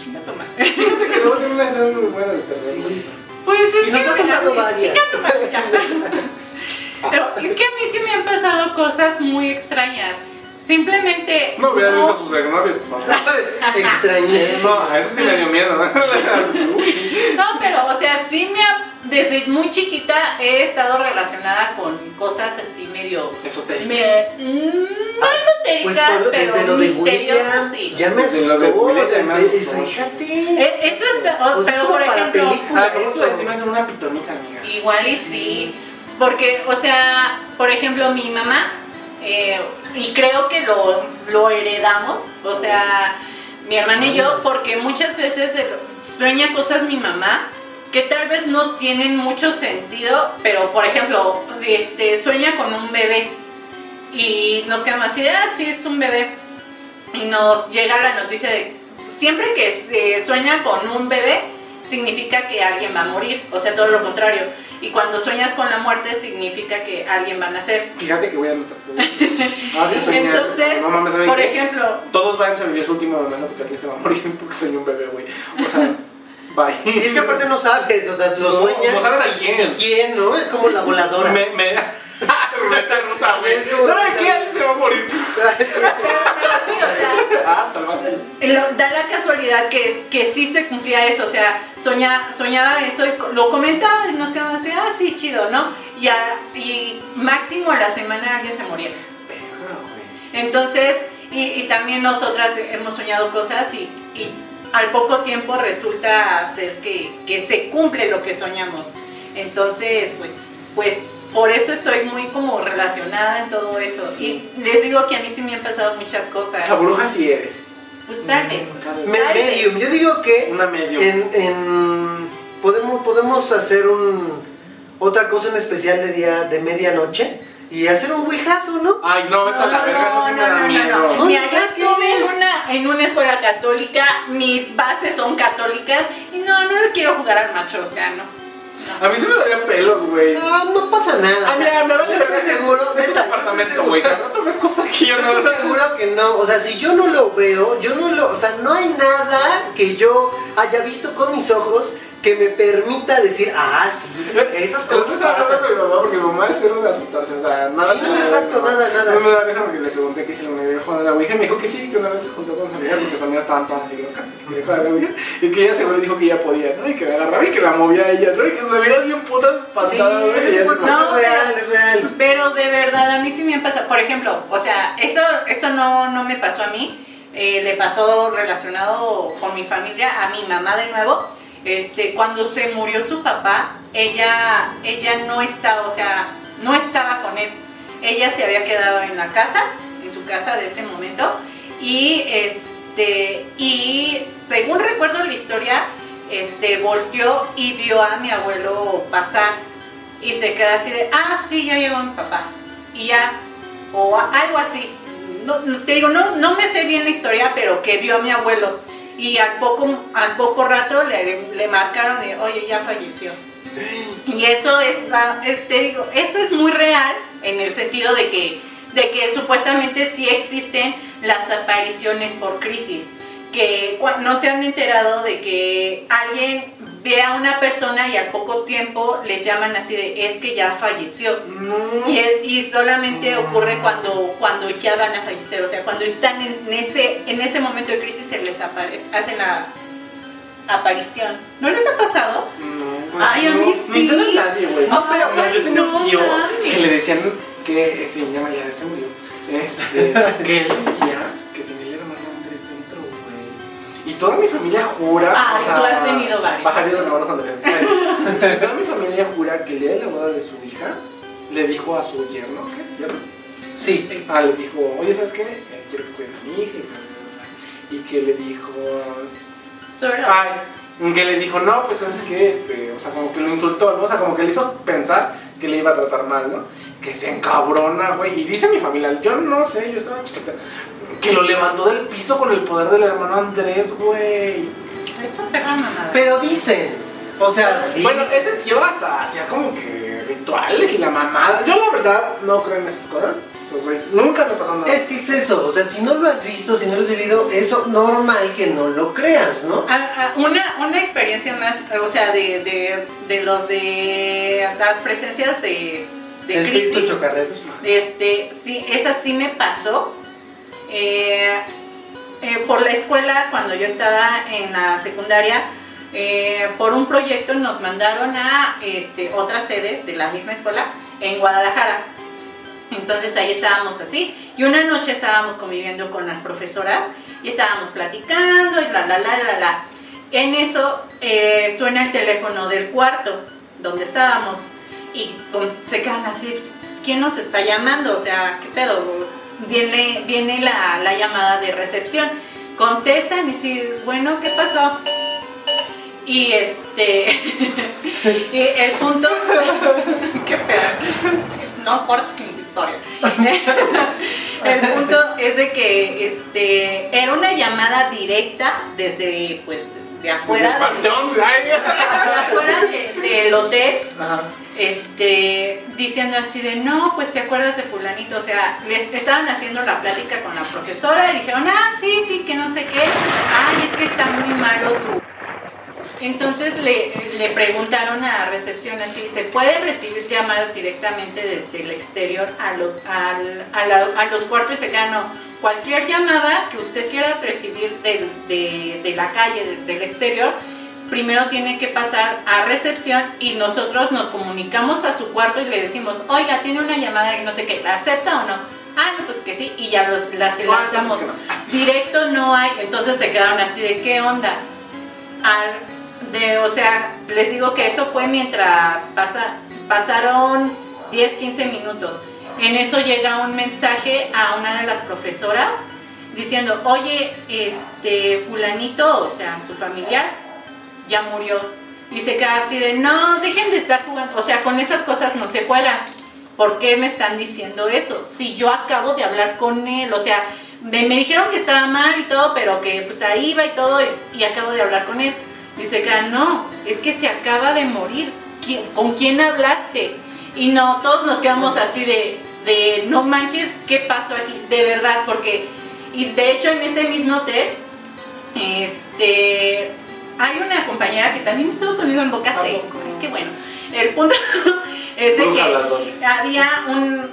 Chinga tu madre. Fíjate que luego tiene una escena muy buena de terror. Sí. Pues es Y nos que ha mira, contado mira, varias. chica, tu madre, ya. Pero es que a mí sí me han pasado cosas muy extrañas. Simplemente. No hubieras visto a sus exnovios. Ah, Extrañísimo. No, eso sí me dio miedo. ¿no? No, pero, o sea, sí me ha- desde muy chiquita he estado relacionada con cosas así medio. Esotéricas. me- mm, no Pues esotéricas, Pablo, pero desde lo de misteriosas, William, sí. ya me Desde lo de asustó. William, desde- me asustó. Fíjate. Eh, Eso está. o- Pues es pero, como por para ejemplo, película. Ah, ¿cómo eso. te estimas en una pitoniza, amiga? Igual y sí, porque, o sea, por ejemplo, mi mamá, eh, y creo que lo, lo heredamos, o sea, mi hermana y yo, porque muchas veces eh, sueña cosas mi mamá que tal vez no tienen mucho sentido, pero por ejemplo, este, sueña con un bebé y nos quedamos así de, ah, sí, es un bebé. Y nos llega la noticia de, siempre que se sueña con un bebé, significa que alguien va a morir, o sea, todo lo contrario. Y cuando sueñas con la muerte, significa que alguien va a nacer. Fíjate que voy a anotar todo. Ah, que soñé. Entonces, no mames, ¿saben por qué? ejemplo, Todos vayan a vivir su último momento porque alguien se va a morir porque soy un bebé, güey. O sea, bye. Y es que aparte no sabes, o sea, lo No, sueñas. no saben a quién. ¿Y quién, no? Es como la voladora. Me, me. Ruleta rusa, güey. Es como- ¿Sabe qué? Alguien se va a morir. sí, o sea, Ah, salvaste. Lo- da la casualidad que, es- que sí se cumplía eso, o sea, soña- soñaba eso y co- lo comentaba y nos quedamos así, ah, sí, chido, ¿no? Y, a- y máximo a la semana alguien se moría. Entonces, Y, y también nosotras hemos soñado cosas y, y al poco tiempo resulta ser que, que se cumple lo que soñamos. Entonces, pues, pues por eso estoy muy como relacionada en todo eso. Y les digo que a mí sí me han pasado muchas cosas. O sea, bruja sí eres. Pues tales. Mm, Me- Tal vez. medium. Yo digo que Una medium. en, en- podemos, podemos hacer un otra cosa en especial de día de medianoche y hacer un ouijazo, ¿no? Ay, no, vete a la verga, no, No, se me da no, no, miedo. no, no. No, Mira, no yo seas estuve gay. en una, en una escuela católica, mis bases son católicas y no, no le quiero jugar al macho, o sea, no. A mí se me darían pelos, güey. Ah, no pasa nada. Ah, o sea, mira, me vale yo estoy seguro, de tu neta, yo apartamento, estoy güey. Si seguro- al rato ves cosas que yo Yo no estoy seguro que no, o sea, si yo no lo veo, yo no lo, o sea, no hay nada que yo haya visto con mis ojos que me permita decir, ah, sí, esas Pero eso cosas estaba hablando pasan. con mi mamá porque mi mamá es cero de asustarse, o sea, nada. Sí, que ver, exacto, ¿no? nada, nada. No me da risa porque le pregunté que si me había jugado a la Ouija y me dijo que sí, que una vez se juntó con sus amigas porque sus amigas estaban todas así locas, que quería jugar a la Ouija y que ella seguro le dijo que ya podía, ¿no? Y que me agarraba y que la movía a ella, ¿no? Y que me veía bien putas Sí, espantadas. ¿no? ese Y tipo así de cosas No, es real, es real. Pero de verdad, a mí sí me han pasado. Por ejemplo, o sea, esto, esto no, no me pasó a mí, eh, le pasó relacionado con mi familia, a mi mamá de nuevo. Este, cuando se murió su papá, ella, ella no estaba, o sea, no estaba con él. Ella se había quedado en la casa, en su casa de ese momento, y este, y según recuerdo la historia, este, volteó y vio a mi abuelo pasar y se queda así de, ah, sí, ya llegó mi papá. Y ya, o a- algo así. No, no- te digo, no, no me sé bien la historia, pero que vio a mi abuelo. Y al poco, al poco rato le, le marcaron y, oye, ya falleció. Y eso es, la- eh, te digo, eso es muy real en el sentido de que, de que supuestamente sí existen las apariciones por crisis, que cua- no se han enterado de que alguien ve a una persona y al poco tiempo les llaman así de es que ya falleció. "Mm, Y, es- y solamente ocurre cuando, cuando ya van a fallecer, o sea, cuando están en ese, en ese momento de crisis se les aparece, hacen la aparición. ¿No les ha pasado? pues, Ay, a mí Ni sí. sabe nadie, güey. No, pero, Mira, yo ay, tenía un no, tío mames. que le decían que ese niño ya se murió. Este, que él decía que tenía el hermano Andrés dentro, güey. Y toda mi familia jura. Ay, Ah, tú has tenido varios. Varios hermanos Andrés. Y toda mi familia jura que el día de la boda de su hija le dijo a su yerno, ¿qué es yerno? Sí. Ah, le dijo, oye, ¿sabes qué? Eh, Quiero que cuides a mi hija. y bla, bla, bla. Y que le dijo, Sobre la- Ah. Ay, que le dijo, no, pues sabes que, este, o sea, como que lo insultó, ¿no? O sea, como que le hizo pensar que le iba a tratar mal, ¿no? Que se encabrona, güey. Y dice mi familia, yo no sé, yo estaba chiquita, que lo levantó del piso con el poder del hermano Andrés, güey. Esa perra mamada. Pero dicen, o sea, dicen. Bueno, ese tío hasta hacía como que rituales y la mamada. Yo la verdad no creo en esas cosas. O sea, soy- nunca me pasó nada. es que es eso, o sea, si no lo has visto, si no lo has vivido, eso normal que no lo creas, ¿no? Ah, ah, una, una experiencia más, eh, o sea, de, de, de los de las presencias de, de Espíritu crisis. chocarreros. Este, sí, esa sí me pasó. Eh, eh, por la escuela, cuando yo estaba en la secundaria, eh, por un proyecto nos mandaron a este, otra sede de la misma escuela en Guadalajara. Entonces ahí estábamos así. Y una noche estábamos conviviendo con las profesoras y estábamos platicando y bla, bla, bla, bla, bla. En eso eh, suena el teléfono del cuarto donde estábamos y con- se quedan así, pues, ¿quién nos está llamando? O sea, ¿qué pedo? Viene, viene la, la llamada de recepción. Contestan y dicen, bueno, ¿qué pasó? Y este, y el punto, qué pedo, no cortes mi historia. el punto es de que este, era una llamada directa desde, pues, de afuera, Dice, del, "Panteón, ay". de afuera de- del hotel Ajá. este, diciendo así de, no, pues te acuerdas de fulanito, o sea, les estaban haciendo la plática con la profesora y dijeron, ah, sí, sí, que no sé qué, ay, es que está muy malo tú. Entonces le, le preguntaron a la recepción así, ¿se pueden recibir llamadas directamente desde el exterior a, lo- al- a la- a los cuartos? Y se quedan, "No, cualquier llamada que usted quiera recibir del- de, de la calle, de- del exterior, primero tiene que pasar a recepción y nosotros nos comunicamos a su cuarto y le decimos, oiga, tiene una llamada y no sé qué, ¿la acepta o no? Ah, no, pues que sí, y ya los, las Ah, lanzamos. pues que Directo no hay, entonces se quedaron así de qué onda. Al- de, o sea, les digo que eso fue mientras pasa- pasaron 10, 15 minutos. En eso llega un mensaje a una de las profesoras diciendo, oye, este fulanito, o sea, su familiar, ya murió. Y se queda así de, no, dejen de estar jugando. O sea, con esas cosas no se juegan. ¿Por qué me están diciendo eso? Si yo acabo de hablar con él, o sea, me, me dijeron que estaba mal y todo, pero que pues ahí va y todo, y, y acabo de hablar con él. Y se queda, no, es que se acaba de morir. ¿Qui- ¿Con quién hablaste? Y no, todos nos quedamos así de, de, no manches, ¿qué pasó aquí? De verdad, porque, y de hecho en ese mismo hotel, este. Hay una compañera que también estuvo conmigo en Boca ¿A 6. poco? Qué bueno. El punto es de Bruja las dos. que había un,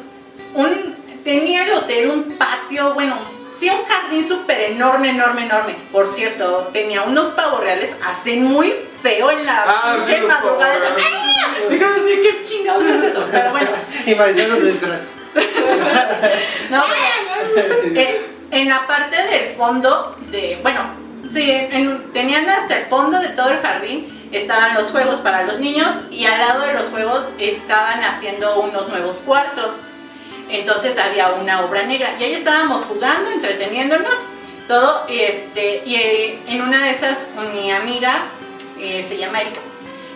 un. Tenía el hotel un patio, bueno, sí, un jardín súper enorme, enorme, enorme. Por cierto, tenía unos pavos reales así muy feo en la Ah, sí, pinche los pavos madrugada. reales. ¡Ay! Digo, sí, qué chingados es eso. Pero bueno, Y Marisol nos detrás. no, pero, eh, en la parte del fondo de, bueno, sí, en- tenían hasta el fondo de todo el jardín estaban los juegos para los niños y al lado de los juegos estaban haciendo unos nuevos cuartos. Entonces había una obra negra y ahí estábamos jugando, entreteniéndonos, todo. y Este, y eh, en una de esas, mi amiga eh, se llama Erika.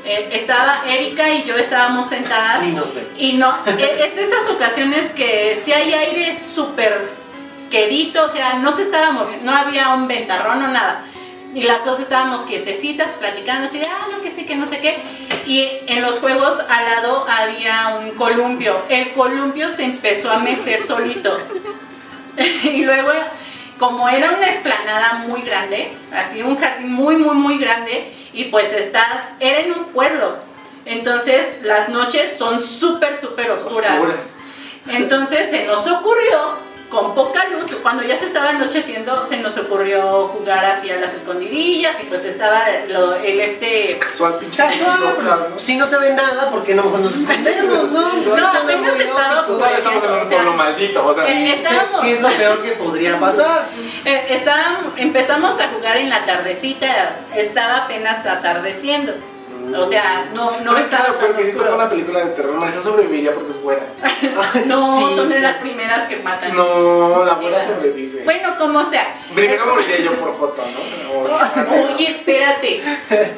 eh, estaba Erika y yo estábamos sentadas Ni nos ve. y no, e- es de esas ocasiones que si hay aire súper quedito, o sea, no se estaba moviendo, no había un ventarrón o nada. Y las dos estábamos quietecitas, platicando así de, ah, no, que sí, que no sé qué. Y en los juegos al lado había un columpio. El columpio se empezó a mecer solito. y luego, como era una explanada muy grande, así un jardín muy, muy, muy grande, y pues estás, era en un pueblo. Entonces, las noches son súper, súper oscuras. Oscuras. Entonces se nos ocurrió, con poca luz, cuando ya se estaba anocheciendo, se nos ocurrió jugar así a las escondidillas y pues estaba lo- el este... Casual, pinche. Casual, loca, ¿no? pero si no se ve nada, porque no mejor nos escondemos, ¿no? Sí, No, Está muy apenas estaba lógico. Todavía estamos en un pueblo maldito, o sea. Eh, estábamos- ¿Qué es lo peor que podría pasar? Eh, estábamos- empezamos a jugar en la tardecita, estaba apenas atardeciendo. O sea, no, no No es estaba claro, tan pero que hiciste oscuro. una película de terror. Marisol sobreviviría porque es buena. No, Sí, son de sí. las primeras que matan. No, la buena sobrevive. Bueno, como sea. Primero moriré yo por foto, ¿no? O sea, Oye, espérate.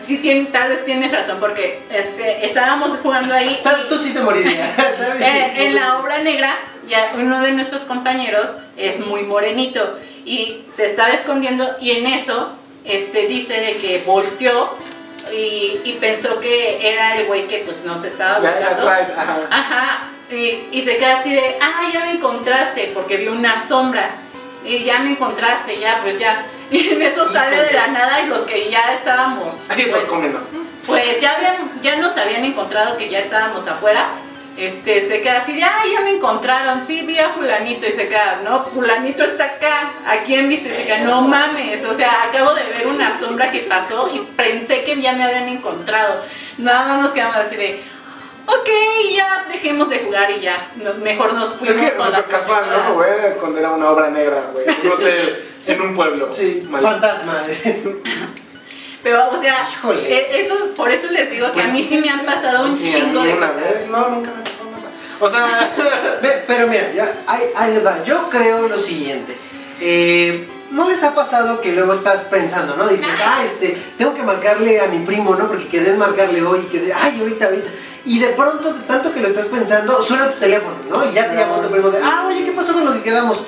Sí, tiene- tal vez tienes razón, porque este, estábamos jugando ahí. Tal- Tú sí te morirías. tal vez sí. Eh, en la obra negra, ya uno de nuestros compañeros es muy morenito y se estaba escondiendo y en eso este, dice de que volteó y, y pensó que era el güey que pues nos estaba ya las buscando. traes, ajá. Ajá, y, y se queda así de, ah, ya me encontraste, porque vi una sombra. Y ya me encontraste, ya, pues ya. Y en eso sale de la nada y los que ya estábamos. Ay, pues pues, comiendo. pues ya, habían, ya nos habían encontrado que ya estábamos afuera. Este, se queda así de, ah, ya me encontraron, sí, vi a fulanito y se queda, no, fulanito está acá, ¿a quién viste? Y se queda, no mames, o sea, acabo de ver una sombra que pasó y pensé que ya me habían encontrado. Nada más nos quedamos así de, ok, ya dejemos de jugar y ya, no- mejor nos Es fuimos que pues, con las súper casual, ¿no? profesoras. Me voy a esconder a una obra negra, güey. En un hotel, en un pueblo. Sí, Mal- fantasma. Pero, o sea, Híjole. e- eso, por eso les digo que Pues a mí sí me han pasado un Sí, a mí chingo de una cosas. vez, no, nunca me pasó nada. O sea, Ve, Pero mira, ya, ahí, ahí va. Yo creo lo siguiente. Eh, ¿No les ha pasado que luego estás pensando, no? Dices, ah, este, tengo que marcarle a mi primo, ¿no? Porque quedé en marcarle hoy, y quedé, ay, ahorita, ahorita. Y de pronto, de tanto que lo estás pensando, suena tu teléfono, ¿no? Y ya te llama tu primo de, ah, oye, ¿qué pasó con lo que quedamos?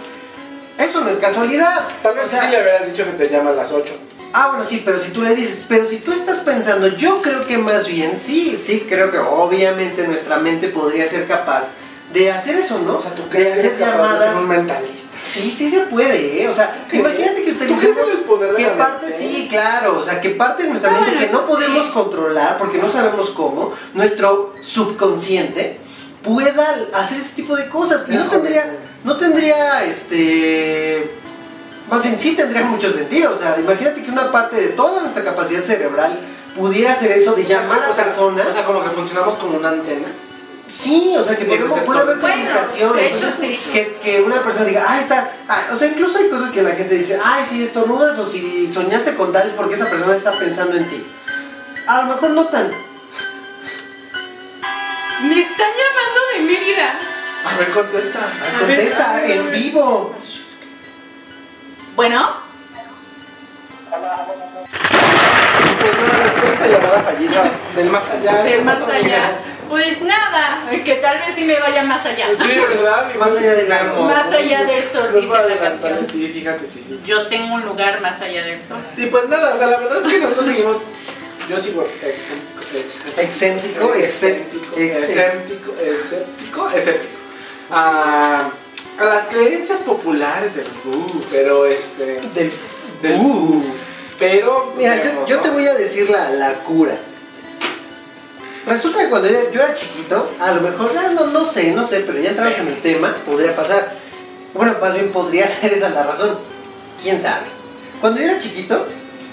Eso no es casualidad. tal vez O sea, sí le hubieras dicho que te llama a las 8. Ah, bueno, sí, pero si tú le dices, pero si tú estás pensando, yo creo que más bien, sí, sí, creo que obviamente nuestra mente podría ser capaz de hacer eso, ¿no? O sea, ¿tú de crees que hacer eres capaz de ser llamadas. un mentalista? Sí, sí se puede, ¿eh? O sea, crees? imagínate que ¿Tú crees en utilicemos. el poder de que la parte, mente? sí, claro, o sea, que parte de nuestra Ah, mente que eso no podemos sí. controlar, porque no sabemos cómo, nuestro subconsciente pueda hacer ese tipo de cosas. Y no Las tendría, conexiones. no tendría, este. Más bien sí tendría mucho sentido, o sea, imagínate que una parte de toda nuestra capacidad cerebral pudiera hacer eso de llamar a o sea, personas. O sea, como que funcionamos como una antena. Sí, o sea, que Tiene que podemos- ser puede haber todo. Bueno, comunicación. de hecho, entonces, sí. que, que una persona diga, ah, está. ah", o sea, incluso hay cosas que la gente dice, ay, si estornudas o si soñaste con tal es porque esa persona está pensando en ti. A lo mejor no tan. Ah, Me están llamando de Mérida. A ver, contesta. ver, Contesta ay, en ay. vivo. Bueno, Pues no, la respuesta llamada fallida del más allá. del Eso más pasa, allá. amiga. Pues nada, que tal vez sí me vaya más allá. Sí, ¿verdad? Más allá del amor. Más allá del sol, Nos dice va a la adelantar, canción. Sí, fíjate, sí, sí. Yo tengo un lugar más allá del sol. Y pues nada, o sea, la verdad es que nosotros seguimos. Yo sigo excéntrico, Excéntrico, excéntrico, excéntrico, excéntrico. escéptico, escéptico. A, a las creencias populares del uh, pero este. Del- del uh, pero. Mira, yo, vemos, yo ¿no? te voy a decir la, la cura. Resulta que cuando era- yo era chiquito, a lo mejor, ya no, no sé, no sé, pero ya entramos en el tema, podría pasar. Bueno, más bien podría ser esa la razón. ¿Quién sabe? Cuando yo era chiquito,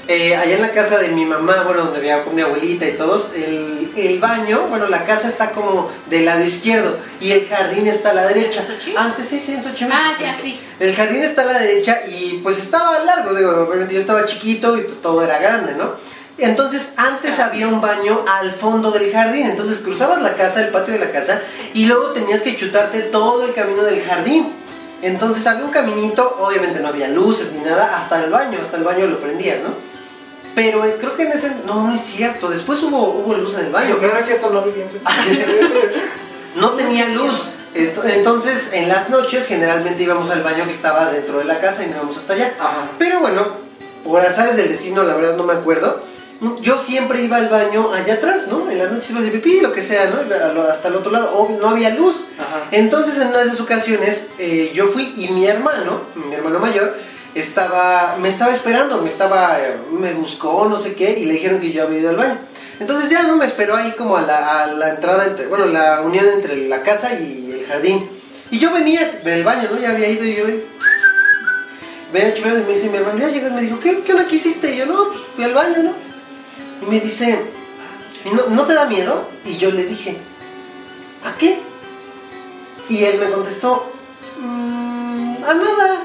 eh, allá en la casa de mi mamá, bueno, donde vivía con mi abuelita y todos, el, el baño, bueno, la casa está como del lado izquierdo y el jardín está a la derecha. Xochimilco? Antes sí, sí, en Xochimilco. Ah, ya sí. El jardín está a la derecha y pues estaba largo, digo, obviamente yo estaba chiquito y pues, todo era grande, ¿no? Entonces antes había un baño al fondo del jardín, entonces cruzabas la casa, el patio de la casa y luego tenías que chutarte todo el camino del jardín. Entonces había un caminito, obviamente no había luces ni nada, hasta el baño, hasta el baño lo prendías, ¿no? Pero eh, creo que en ese... No, no es cierto, después hubo, hubo luz en el baño. No, no es cierto, no viví en ese- No tenía luz. Ento- Entonces, en las noches generalmente íbamos al baño que estaba dentro de la casa y no íbamos hasta allá. Ajá. Pero bueno, por azares del destino, la verdad no me acuerdo. Yo siempre iba al baño allá atrás, ¿no? En las noches iba de pipí, lo que sea, ¿no? Iba a lo- Hasta el otro lado. O no había luz. Ajá. Entonces, en una de esas ocasiones, eh, yo fui y mi hermano, mi hermano mayor, estaba, me estaba esperando, me estaba, eh, me buscó, no sé qué, y le dijeron que yo había ido al baño. Entonces ya no me esperó ahí como a la, a la entrada, entre, bueno, la unión entre la casa y el jardín. Y yo venía del baño, ¿no? Ya había ido y yo venía chiflado y me dice, mi hermano ya llegó y me dijo, ¿qué, qué onda que hiciste? Y yo, no, pues fui al baño, ¿no? Y me dice, "¿Y ¿no, ¿no te da miedo? Y yo le dije, ¿a qué? Y él me contestó, "Mm, a nada.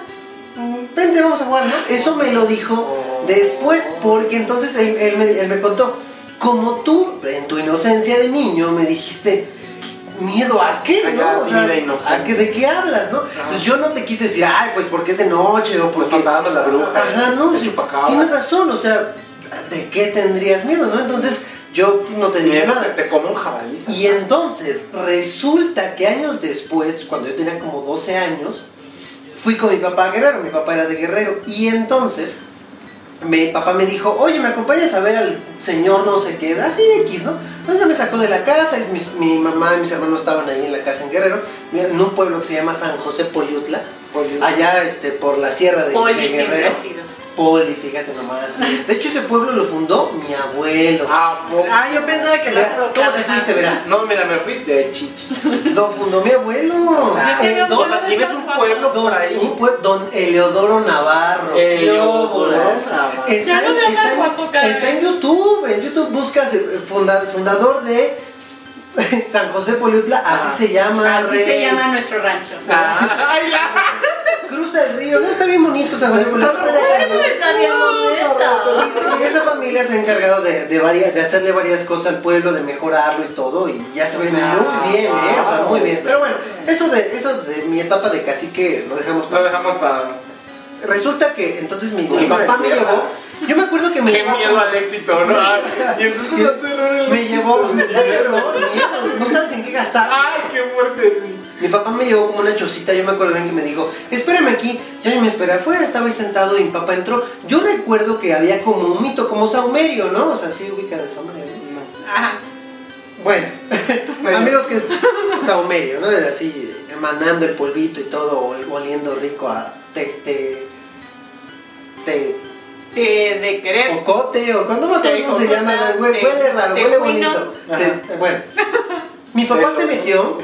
Mm, Vente, vamos a jugar, ¿no? Eso me lo dijo después, porque entonces él, él me, él me contó, como tú, en tu inocencia de niño, me dijiste, ¿miedo a qué? Allá, ¿no? O sea, vida inocente. ¿a qué, ¿De qué hablas, no? Entonces, yo no te quise decir, ay, pues porque es de noche o porque... está Pues, dando la bruja, Ajá, el- no, el chupacabra. tienes razón, o sea, ¿de qué tendrías miedo, no? Entonces, yo no te dije Miedo, nada. te- Te como un jabalí. ¿sabes? Y entonces, resulta que años después, cuando yo tenía como 12 años, fui con mi papá a Guerrero, mi papá era de Guerrero, y entonces mi papá me dijo, oye, ¿me acompañas a ver al señor no sé qué? Así X, ¿no? Entonces ya me sacó de la casa, y mis- mi mamá y mis hermanos estaban ahí en la casa en Guerrero, en un pueblo que se llama San José Poliutla, Poliutla. allá este, por la sierra de, Poli de siempre Guerrero. ha sido. Poli, fíjate nomás. De hecho, ese pueblo lo fundó mi abuelo. Ah, po- Ah, yo pensaba que lo has ¿Cómo te fuiste, verá? No, mira, me fui de chichis. Lo fundó mi abuelo. O sea, Yo tenía el un don, o sea, tienes un pueblo por un ahí. pue- don Eleodoro Navarro. Eleodoro Eleodoro Navarro. Ya Está, lo veo más en, está en- guapo cada está en vez. YouTube. En YouTube buscas eh, funda- fundador de San José Poliutla. Así Ah. se llama. Así rey. se llama nuestro rancho. Ay, ya. Cruza el río. No está bien bonito San José Poliutla. pues, Está bien bonito. Y esa familia se ha encargado de, de, varias- de hacerle varias cosas al pueblo, de mejorarlo y todo, y ya se O ve sea, muy bien, ¿eh? O sea, wow. muy bien. Pero bueno, eso de, eso de mi etapa de cacique lo dejamos Lo para. dejamos para. Resulta que entonces mi, mi Uy, papá me mira. llevó. Yo me acuerdo que me Qué llevó. miedo al éxito, ¿no? Ay, Y entonces da terror el me éxito. llevó. me da terror, miedo, no sabes en qué gastar. Ay, qué fuerte. sí. Mi papá me llevó como una chocita, yo me acuerdo bien que me dijo, espérame aquí, ya yo me esperé afuera, estaba ahí sentado y mi papá entró. Yo recuerdo que había como un mito, como saumerio, ¿no? O sea, sí ubica de saumerio. ¿no? Ajá. Bueno, amigos que es saumerio, ¿no? Así emanando el polvito y todo, ol- oliendo rico a te, te, te De, de querer. cocote o cuando me acuerdo Te cómo se cocote, llama, güey, te- huele raro, te huele cuino. bonito. Ajá. eh, Te- bueno, mi papá Te se cocote. metió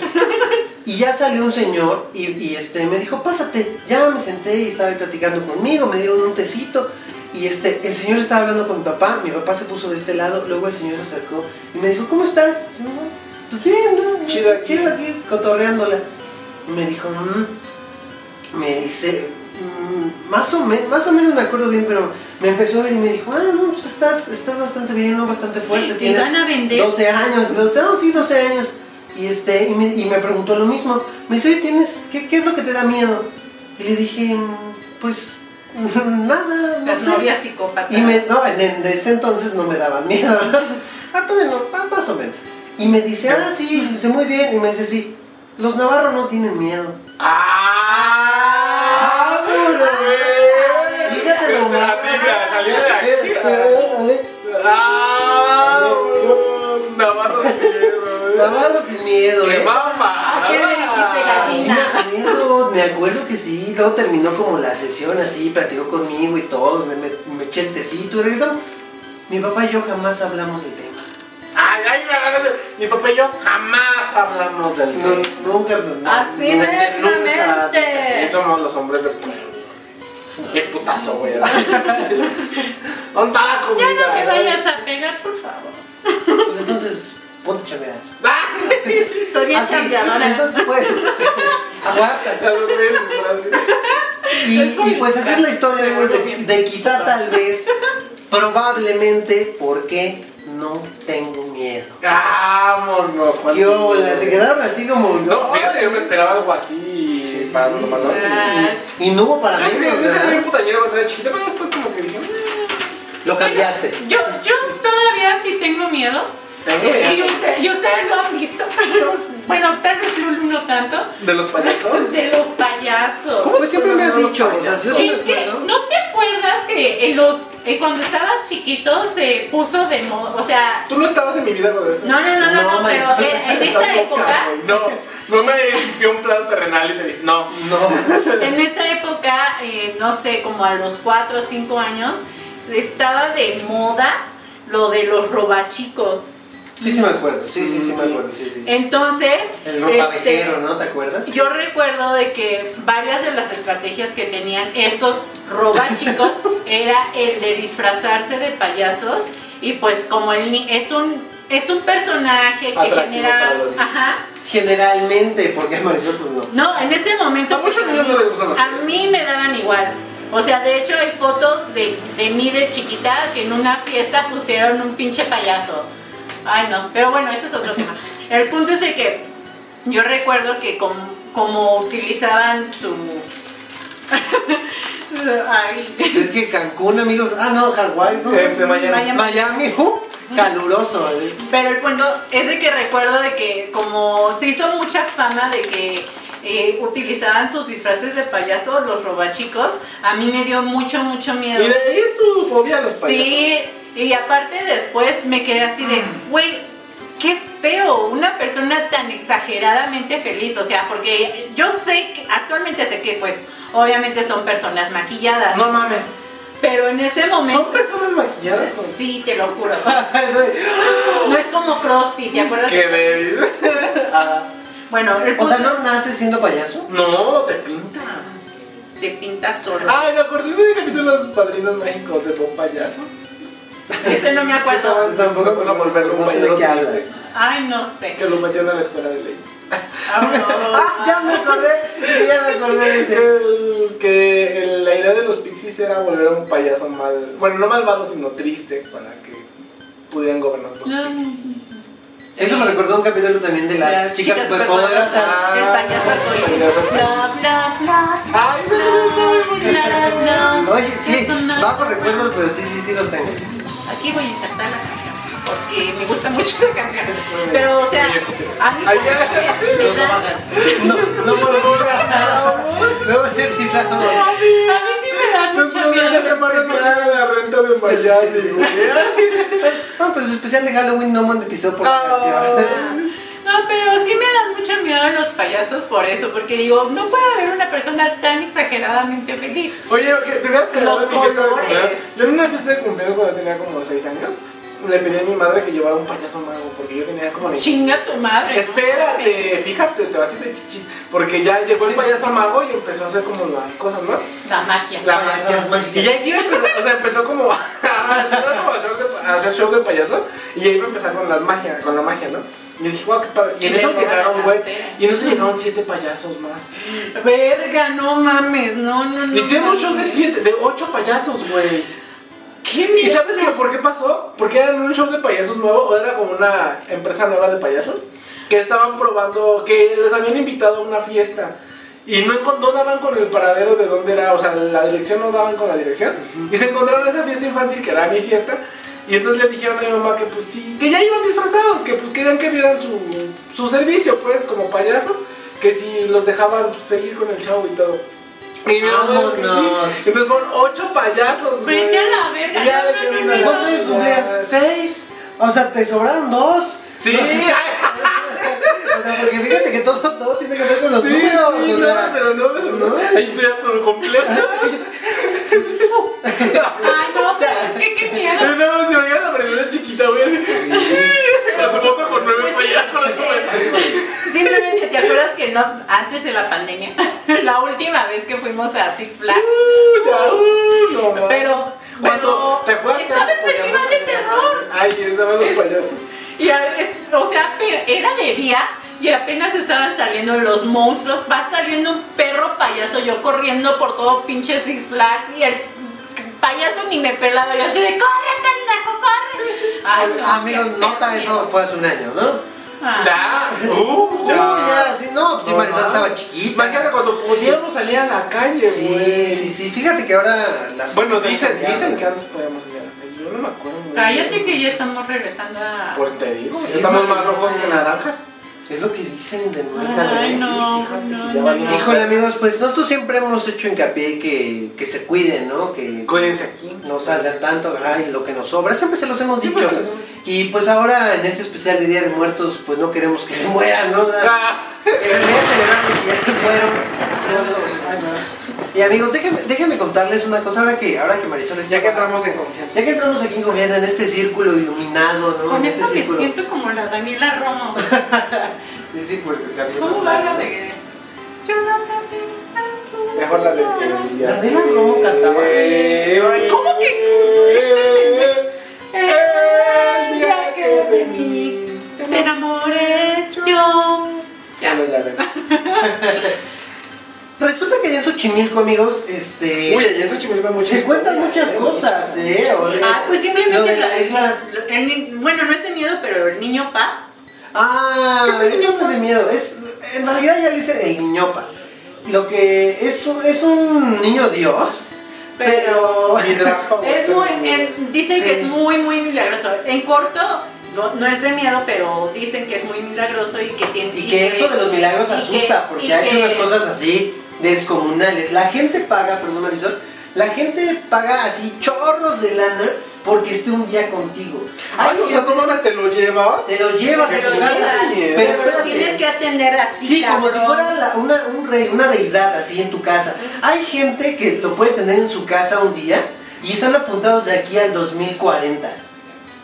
y ya salió un señor y, y, este me dijo, pásate, ya me senté y estaba ahí platicando conmigo, me dieron un tecito. Y este, el señor estaba hablando con mi papá, mi papá se puso de este lado, luego el señor se acercó y me dijo, ¿cómo estás? Yo, "No, Pues bien, ¿no? Chido aquí. chido aquí, cotorreándola. Me dijo, "Mm". me dice, "Mm, más o, menos más o menos me acuerdo bien, pero me empezó a ver y me dijo, ah, no, pues estás, estás bastante bien, ¿no? bastante fuerte. Te Tienes van a vender. 12 años, no, no, sí, 12 años. Y, este, y, me, y me preguntó lo mismo. Me dice, oye, ¿tienes, qué, qué es lo que te da miedo? Y le dije, "Mm, pues nada, no Las sé. novias psicópatas. Y me, no, en, en ese entonces no me daban miedo. ah, bueno, ah, más o menos. Y me dice, ah, sí, dice muy bien. Y me dice, sí, los navarros no tienen miedo. ¡Ah! ¡Vámonos! güey! Fíjate nomás. Eh, Así, mira, salí de aquí. Dale. ¡Ah! Navarro de miedo. Navarros sin miedo, ¡Qué eh. mamá! ¿A quién le dijiste Ah, sí, gallina? me acuerdo, me acuerdo que sí, luego terminó como la sesión así, platicó conmigo y todo, me, me, me eché el tecito y regresamos. Mi papá y yo jamás hablamos del tema. Ay, ay, me agarras de- Mi papá y yo jamás hablamos del tema. No, nunca, no, Así no. es, Nunca, dice, mente. así somos los hombres de pueblo. Qué putazo, güey. ¿Dónde está la comida? Ya no me vayas a pegar, por favor. Pues entonces, ponte chambeadas. Ah, Soy bien Así, chambeadora. entonces pues, aguanta. ya los veo, Y, Es como y pues esa es la historia Me amigos, vuelvo de, bien de quizá tal vez, probablemente, porque no tengo miedo. Ah. Vámonos, Juan. Y hola, eh, se quedaron así como... No, fíjate, yo me esperaba algo así. Sí, para sí. Ah. para- no. Y no hubo para mí. Yo sí, yo sí era bien putañero cuando era chiquita, pero después como que dije, "Ah, Lo cambiaste. Yo, yo todavía sí tengo miedo. Tengo Eh, Y, miedo. usted- y ustedes lo han visto. pero- bueno, tal vez Lulu no tanto. de los payasos. De los payasos. ¿Cómo? Pues siempre me has Los dicho, o sea, yo payasos. Sí, sí me es que acuerdo. no te acuerdas que en los eh, cuando estabas chiquito se puso de moda, o sea, Tú no estabas en mi vida con eso. no, no, no, no, No, no, pero maestro. en, en Estás esa loca, época, güey. No, no me dio un plano terrenal y te dije, no. No. en esa época, eh, no sé, como a los 4 o 5 años, estaba de moda lo de los robachicos. Sí, sí me acuerdo. Sí, sí, sí me Sí. acuerdo. Sí, sí. Entonces, El este, rompavejero, ¿no? ¿Te acuerdas? Yo recuerdo de que varias de las estrategias que tenían estos robachicos era el de disfrazarse de payasos y pues como el ni- es un es un personaje que Atractivo genera para los niños. ajá Generalmente, porque amaneció pues no. no en ese momento A muchos pues, niños no les gustan los a mí me daban igual o sea de hecho hay fotos de, de mí de chiquita que en una fiesta pusieron un pinche payaso ay no pero bueno ese es otro tema el punto es de que yo recuerdo que com- como utilizaban su ay Es que Cancún, amigos. Ah, no, Hawái. ¿no? Este, mañana. Miami. Miami, uh, caluroso. eh. Pero el punto es de que recuerdo de que como se hizo mucha fama de que eh, utilizaban sus disfraces de payaso, los robachicos, a mí me dio mucho, mucho miedo. Y de ahí es tu fobia a los payasos. Sí, y aparte después me quedé así de, Mm. güey, qué feo, una persona tan exageradamente feliz, o sea, porque yo sé, que, actualmente sé que pues obviamente son personas maquilladas, No mames. pero en ese ¿Son momento... personas maquilladas? o- Sí, te lo juro. No es como Krusty, ¿te acuerdas? ¿Qué bebés? Bueno, el O sea, punto- ¿no naces siendo payaso? Ah, No, te pintas. te pintas solo. Ah, me acordé del capítulo de los padrinos mágicos de un payaso. Ese no me acuerdo. Tampoco vas a volverlo un No sé de payaso qué hablas. triste. Ay, no sé. Que lo metieron a la escuela de leyes. Ah, ya me acordé. Ya me acordé de ese. El- que el- la idea de los pixies era volver a un payaso mal. Bueno, no malvado, sino triste para que pudieran gobernar los No. pixies. Eso me recordó un capítulo también de las, chicas, superpoderosas. superpoderosas. El payaso arcoíris. Payaso. Bla, bla, bla. Ay, no, no, no, no. Bla, bla, bla. Oye, sí, Eso no- bajo recuerdos, pero sí, sí, sí los tengo. Aquí voy a insertar la canción porque me gusta mucho esa canción. Pero, o sea, a mí Ay, como que me No, da- no, no monetizamos. No monetizamos. a mí sí me da No mucho puedo miedo. hacer semana pasada de la renta de Miami, güey. No, pero su especial de Halloween no monetizó por la Oh. canción. No, pero sí me dan mucho miedo los payasos por eso, porque digo, no puede haber una persona tan exageradamente feliz. Oye, que te hubieras quedado Los en mi fiesta de colores. cumpleaños. Yo en una fiesta de cumpleaños cuando tenía como 6 años, le pedí a mi madre que llevara un payaso mago porque yo tenía como de- Chinga tu madre. ¿no? Espérate, fíjate, te vas a ir de chichis. Porque ya llegó el payaso mago y empezó a hacer como las cosas, ¿no? La magia. La magia. Payasadas mágicas. pues, Y ya aquí empezó, o sea, empezó como a hacer, como a hacer de- a hacer hacer show de payaso y ahí va a empezar con las magia, con la magia, ¿no? Y yo dije, wow, qué padre. Y en Y eso le roban llegaron, la güey. cartera. Y en eso llegaron siete payasos más. Verga, no mames, no, no, no. Hicieron un show de mames. siete, de ocho payasos, güey. ¿Qué ¿Y mierda? sabes qué, por qué pasó? Porque era un show de payasos nuevo, o era como una empresa nueva de payasos, que estaban probando, que les habían invitado a una fiesta. Y no, encon- no daban con el paradero de dónde era, o sea, la dirección no daban con la dirección. Y se encontraron esa fiesta infantil que era mi fiesta. Y entonces le dijeron a mi mamá que pues sí, que ya iban disfrazados, que pues querían que vieran su, su servicio, pues, como payasos, que si los dejaban pues, seguir con el show y todo. Y mi mamá dijo que sí. Vámonos. Entonces fueron ocho payasos, güey. Vete a la verga, Ya no, le no, quiero no, ir a la- no. ¿Cuántos años cumplía? Seis. O sea, te sobraron dos. Sí. O sea, porque fíjate que todo, todo tiene que ver con los Sí, números. sí, o no, sea, pero no me sobró. Ahí estoy ya todo completo. Ay, no, pero es que qué miedo. Nada más te veías a Marisela chiquita, güey. así. Con su foto Pues con nueve payasos, con ocho payasos. Simplemente te acuerdas que no, antes de la pandemia, la última vez que fuimos a Six Flags, Uh, ya, uh, no, mames. pero Cuando cuando te acuerdas estaba en cuando festival de llegamos a- terror. Ay, estaban los payasos. Y a veces, o sea, pe- era de día y apenas estaban saliendo los monstruos, va saliendo un perro payaso, yo corriendo por todo pinche Six Flags y el payaso ni me pelaba, yo así de corre, pendejo, corre. Ay, no, Amigos, qué nota, miedo. eso fue hace un año, ¿no? Ah. Ya. Uh, Uy, ya. ya, sí, no, pues sí, No Marisol mames. estaba chiquita. Imagínate cuando podíamos salir a la calle, Sí, güey. sí, sí, fíjate que ahora las Bueno, cosas han dicen, cambiado. dicen que antes podíamos ir a la calle. Yo no me acuerdo. güey. Cállate que ya estamos regresando a... Por te digo, Sí, ya estamos es lo más que rojos dicen. que naranjas. Es lo que dicen de nuevo. Ay, Sí, no, fíjate, no, si ya no, valió. no. Híjole, amigos, pues nosotros siempre hemos hecho hincapié que, que se cuiden, ¿no? Que Cuídense aquí. no salgan tanto, ¿verdad? Y lo que nos sobra, siempre se los hemos Sí, dicho. pues, se los hemos Y pues ahora, en este especial de Día de Muertos, pues no queremos que se mueran, ¿no? En vez de celebrar los que ya se fueron. Y amigos, déjenme, déjenme contarles una cosa ahora que, ahora que Marisol está. Ya que entramos en confianza. Ya que entramos aquí en confianza en este círculo iluminado, ¿no? Con en este esto me círculo. siento como la Daniela Romo. Sí, sí, pues, Gabriel. ¿Cómo va la de.? Yo no te pido tu Mejor la de Eh, amor? Daniela Romo cantaba. ¿Cómo que? El día que de mí te enamores yo. Ya, Ya. no, ya, no. Resulta que allá en Xochimilco, amigos, este. Uy, allá en Xochimilco hay mucha se historia. cuentan muchas cosas, ¿eh? O de- Ah, pues lo de simplemente la isla. lo- el ni- bueno, no es de miedo, pero el niño pa. Ah, ¿Qué es el eso no es de ñopa? miedo. Es, en realidad ya le dicen el ñopa. Lo que es, un- es un niño dios, pero. Y de la favorita Es de muy, los niños. en- dicen Oh, Sí. que es muy, muy milagroso. En corto, no, no es de miedo, pero dicen que es muy milagroso y que tiene. Y que eso de los milagros y que- asusta, porque y ha hecho que- unas cosas así descomunales. La gente paga, perdón Marisol, la gente paga así chorros de lana porque esté un día contigo. Ay, o sea, gente- no mames, te lo llevas. se lo lleva, se Pero, lo o sea, gasta. Pero Pero pero espérate. tienes que atender así. Sí, como si cabrón. fuera la- una, un rey, una deidad así en tu casa. Hay gente que lo puede tener en su casa un día y están apuntados de aquí al 2040.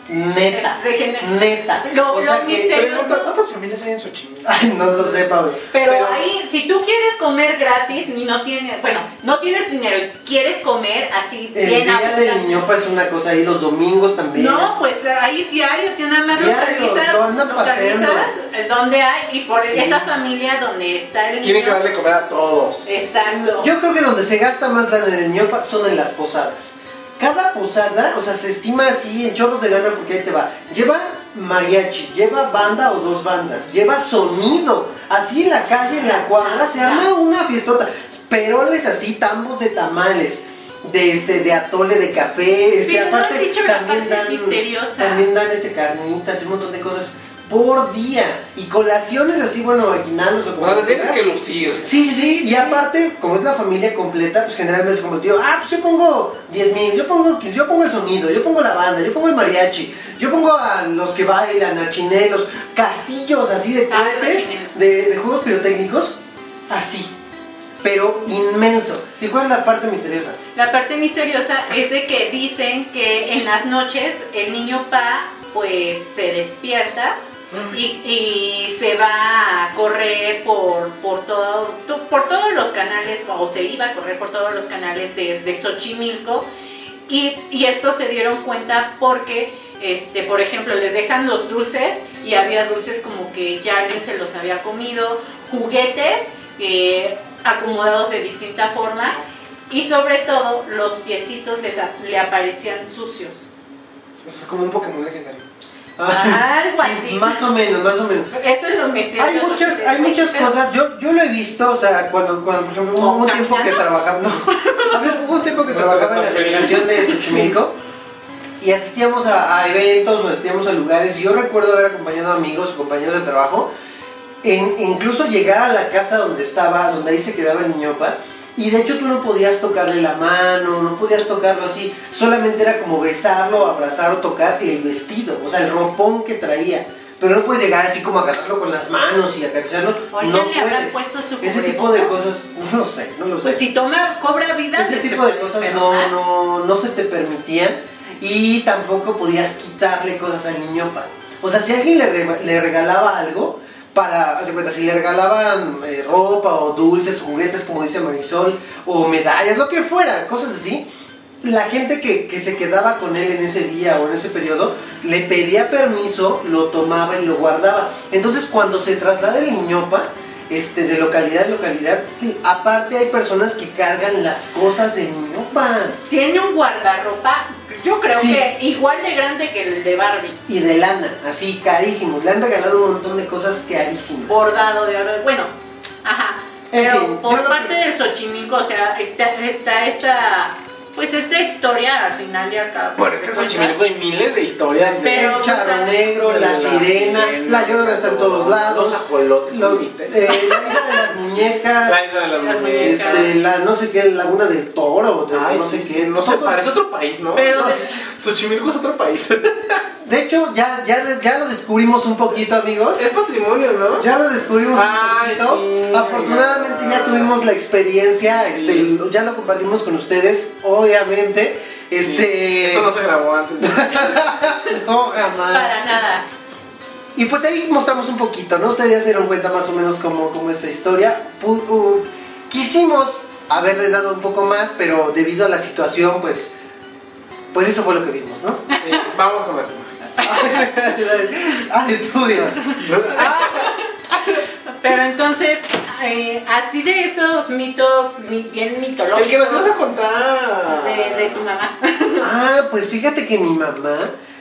Neta. Se genera- Neta. Lo- O lo sea que- misterioso Pregunta, ¿cuántas familias hay en Xochimilco? Ay, no lo sé, Pablo. Pero, ahí, si tú quieres comer gratis, ni no tienes, bueno, no tienes dinero y quieres comer así El bien día del abundante. niño es una cosa ahí, los domingos también. No, pues ahí diario, tiene nada más Diario, localizas, lo andan localizas paseando. donde hay y por Sí. esa familia donde está el niño. Tienen que darle comer a todos. Exacto. Yo creo que donde se gasta más lana en el ñopa son en las posadas. Cada posada, o sea, se estima así en chorros de lana porque ahí te va. Lleva mariachi, lleva banda o dos bandas, lleva sonido. Así en la calle, en la cuadra, se arma una fiestota. Peroles así, tambos de tamales. De, este, de atole de café, este, Pero no has aparte dicho la también parte dan, misteriosa. también dan este carnitas y un montón de cosas por día y colaciones así, bueno, aguinaldos o O como sea, te tienes quieras. que lucir. Sí, sí, sí. Sí, Y sí. aparte, como es la familia completa, pues generalmente se convirtió, ah, pues yo pongo 10 mil, yo pongo 15, yo pongo el sonido, yo pongo la banda, yo pongo el mariachi, yo pongo a los que bailan, a chinelos, castillos así de Ah, los cohetes, chinelos. de, de juegos pirotécnicos, así. Pero inmenso. ¿Y cuál es la parte misteriosa? La parte misteriosa es de que dicen que en las noches el niño Pa pues se despierta y, y se va a correr por, por, todo, to- por todos los canales, o se iba a correr por todos los canales de, de Xochimilco y, y esto se dieron cuenta porque este, por ejemplo, les dejan los dulces y había dulces como que ya alguien se los había comido, juguetes eh, acomodados de distinta forma y sobre todo los piecitos les a- le aparecían sucios. O sea, Pues es como un Pokémon legendario. Ah, Algo Ah, Sí, así. más o menos, más o menos. Eso es lo misterioso. Hay muchas, hay muchas cosas, yo, yo lo he visto, o sea, cuando, cuando por ejemplo, hubo un tiempo que trabajaba, no, hubo un tiempo que trabajaba en la delegación de Xochimilco y asistíamos a, a eventos o asistíamos a lugares, y yo recuerdo haber acompañado a amigos, compañeros de trabajo, en- incluso llegar a la casa donde estaba, donde ahí se quedaba el niñopa, y de hecho tú no podías tocarle la mano, no podías tocarlo así, solamente era como besarlo, abrazar o tocar el vestido, o sea, el ropón que traía. Pero no puedes llegar así como a agarrarlo con las manos y acariciarlo. Ahorita no le habrán puedes. puesto su Ese tipo de cubrebocas. cosas, no lo sé, no lo sé. Pues si toma, cobra vida. se- Ese se tipo de puede ah, cosas no, enfermar. no, no se te permitían y tampoco podías quitarle cosas al niño. pa. O sea, si alguien le, re- le regalaba algo, para, haz de cuenta, si le regalaban eh, ropa o dulces, juguetes, como dice Marisol, o medallas, lo que fuera, cosas así, la gente que, que se quedaba con él en ese día o en ese periodo, le pedía permiso, lo tomaba y lo guardaba. Entonces cuando se traslada el niñopa, este, de localidad en localidad, aparte hay personas que cargan las cosas de niñopa Tiene un guardarropa, yo creo Sí. que igual de grande que el de Barbie. y de lana, así carísimos. Le han regalado un montón de cosas carísimas. Bordado de oro. Bueno, ajá. En Pero fin, yo por lo parte que- del Xochimilco, o sea, está, está esta. Pues esta historia al pues, final y acá. Bueno, es que en Xochimilco hay miles de historias. de- Pero, el charro o sea, negro, la, la sirena, sirena, la llorona está en todos lados. los ajolotes, lo- ¿lo viste? eh, la isla de las muñecas. La isla de las Las muñecas. muñecas. Este, la no sé qué, laguna del toro, de Ay, no sí, sé qué, no sé, todo- parece otro país, ¿no? Pero- No, Xochimilco es otro país. De hecho, ya, ya, ya lo descubrimos un poquito, amigos. es patrimonio, ¿no? Ya lo descubrimos Ay, un poquito. sí. Afortunadamente ya tuvimos la experiencia, Sí. este, y ya lo compartimos con ustedes, obviamente. Sí. Este, oh, Esto no se grabó antes. no, jamás. Para nada. Y pues ahí mostramos un poquito, ¿no? Ustedes ya se dieron cuenta más o menos cómo, cómo es la historia. Pu- u- quisimos haberles dado un poco más, pero debido a la situación, pues, pues eso fue lo que vimos, ¿no? Sí, vamos con la semana. Al estudio. Pero entonces, eh, así de esos mitos mi- bien mitológicos. El que nos vas a contar. de, de tu mamá. Ah, pues fíjate que mi mamá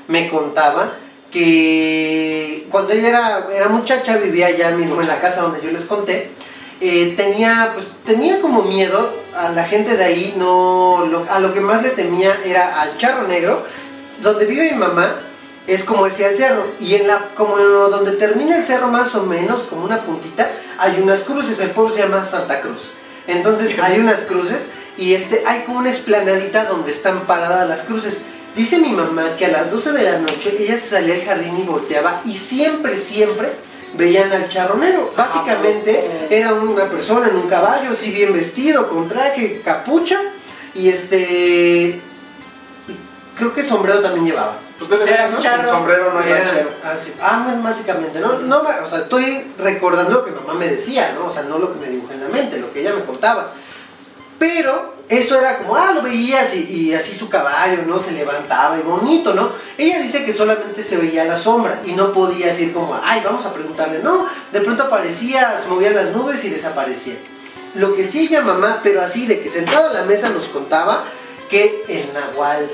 me contaba que cuando ella era, era muchacha, vivía allá mismo en la casa donde yo les conté, eh, tenía, pues, tenía como miedo a la gente de ahí, no, lo- a lo que más le temía era al charro negro, donde vive mi mamá, es como decía el cerro, y en la, como donde termina el cerro más o menos, como una puntita, hay unas cruces, el pueblo se llama Santa Cruz. Entonces hay unas cruces y este, hay como una explanadita donde están paradas las cruces. Dice mi mamá que a las 12 de la noche ella se salía al jardín y volteaba y siempre, siempre veían al charronero. Básicamente era una persona en un caballo, así bien vestido, con traje, capucha y este... y creo que sombrero también llevaba. Pues debe Era ser, ¿no? charro. Sin sombrero no era Era charro. así, ah, bueno, básicamente, no, no, me- o sea, estoy recordando lo que mamá me decía, ¿no? O sea, no lo que me dibujó en la mente, lo que ella me contaba. Pero eso era como, ah, lo veías y, y así su caballo, ¿no? Se levantaba y bonito, ¿no? Ella dice que solamente se veía la sombra y no podía decir como, ay, vamos a preguntarle, no. De pronto aparecía, se movían las nubes y desaparecía. Lo que sí ella mamá, pero así de que sentado a la mesa nos contaba que el nahual,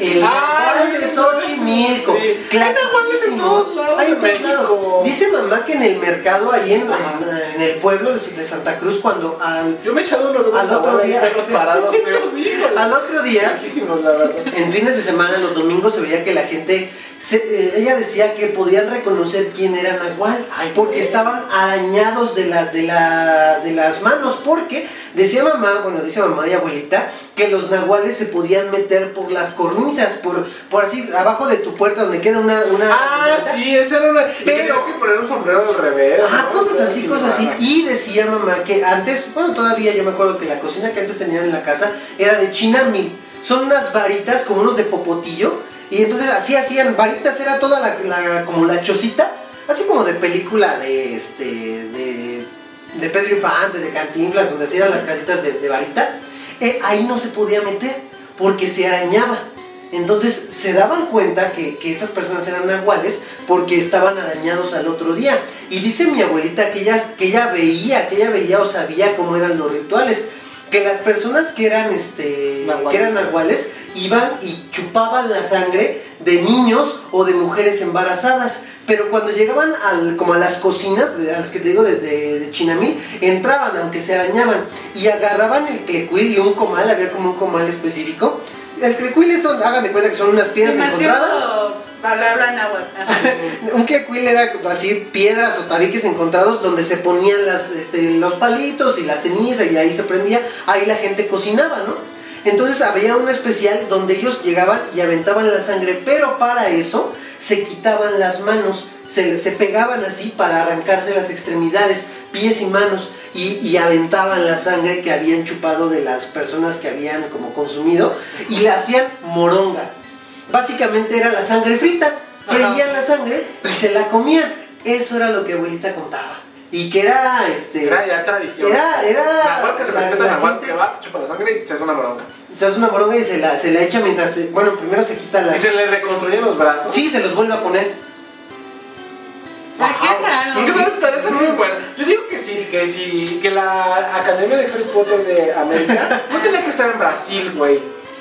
el Ah, nahual de el Xochimilco, nahual. Sí. Hay nahuales en clasiquísimo. todos lados Hay en de todos lados. México. Dice mamá que en el mercado ahí en, en- en el pueblo de, de Santa Cruz cuando al Yo me he echado uno de Al otro día. los parados, pero híjole. Al otro día, Riquísimos, la verdad. en fines de semana, los domingos, se veía que la gente, se- eh, ella decía que podían reconocer quién era Nahual, Ay, porque güey. estaban arañados de, la, de, la, de las manos, porque decía mamá, bueno, dice mamá y abuelita, que los nahuales se podían meter por las cornisas, por, por así, abajo de tu puerta donde queda una... una Ah, sí, esa era una. Pero. Pero- Tenías que poner un sombrero al revés. Ajá, ¿no? cosas así, Sí, cosas así. nada. Y decía mamá que antes, bueno, todavía yo me acuerdo que la cocina que antes tenían en la casa era de chinami. Son unas varitas como unos de popotillo. Y entonces así hacían, varitas era toda la, la- como la chocita, así como de película de este, de, de Pedro Infante, de Cantinflas, donde hacían las casitas de, de varita. Eh, ahí no se podía meter porque se arañaba. Entonces se daban cuenta que, que esas personas eran nahuales porque estaban arañados al otro día. Y dice mi abuelita que ella, que ella veía, que ella veía o sabía cómo eran los rituales. Que las personas que eran este Nahuales. que eran nahuales iban y chupaban la sangre de niños o de mujeres embarazadas. Pero cuando llegaban al, como a las cocinas, de- a las que te digo de, de, de Chinamil, entraban, aunque se arañaban, y agarraban el clecuil y un comal, había como un comal específico. El clecuil es, donde- hagan de cuenta que son unas piedras encontradas. Demasiado bla bla náhuatl. Ajá. Un clecuil era así piedras o tabiques encontrados donde se ponían las, este, los palitos y la ceniza y ahí se prendía, ahí la gente cocinaba, ¿no? Entonces había un especial donde ellos llegaban y aventaban la sangre, pero para eso se quitaban las manos, se, se pegaban así para arrancarse las extremidades, pies y manos, y, y aventaban la sangre que habían chupado de las personas que habían como consumido y la hacían moronga. Básicamente era la sangre frita, freían la sangre y se la comían. Eso era lo que abuelita contaba. Y que era este. Era, era tradición. Era- era- Nahual que se la- respeta, la Nahual gente- que va, te chupa la sangre y se hace una moronga. se hace una moronga y se la, se la echa mientras. se- bueno, primero se quita la. Y se le reconstruyen los brazos. Sí, se los vuelve a poner. Ay, qué Wow. raro. Nunca vas a estar esa muy buena. Yo digo que sí, que sí, que la Academia de Harry Potter de América no tenía que estar en Brasil, güey.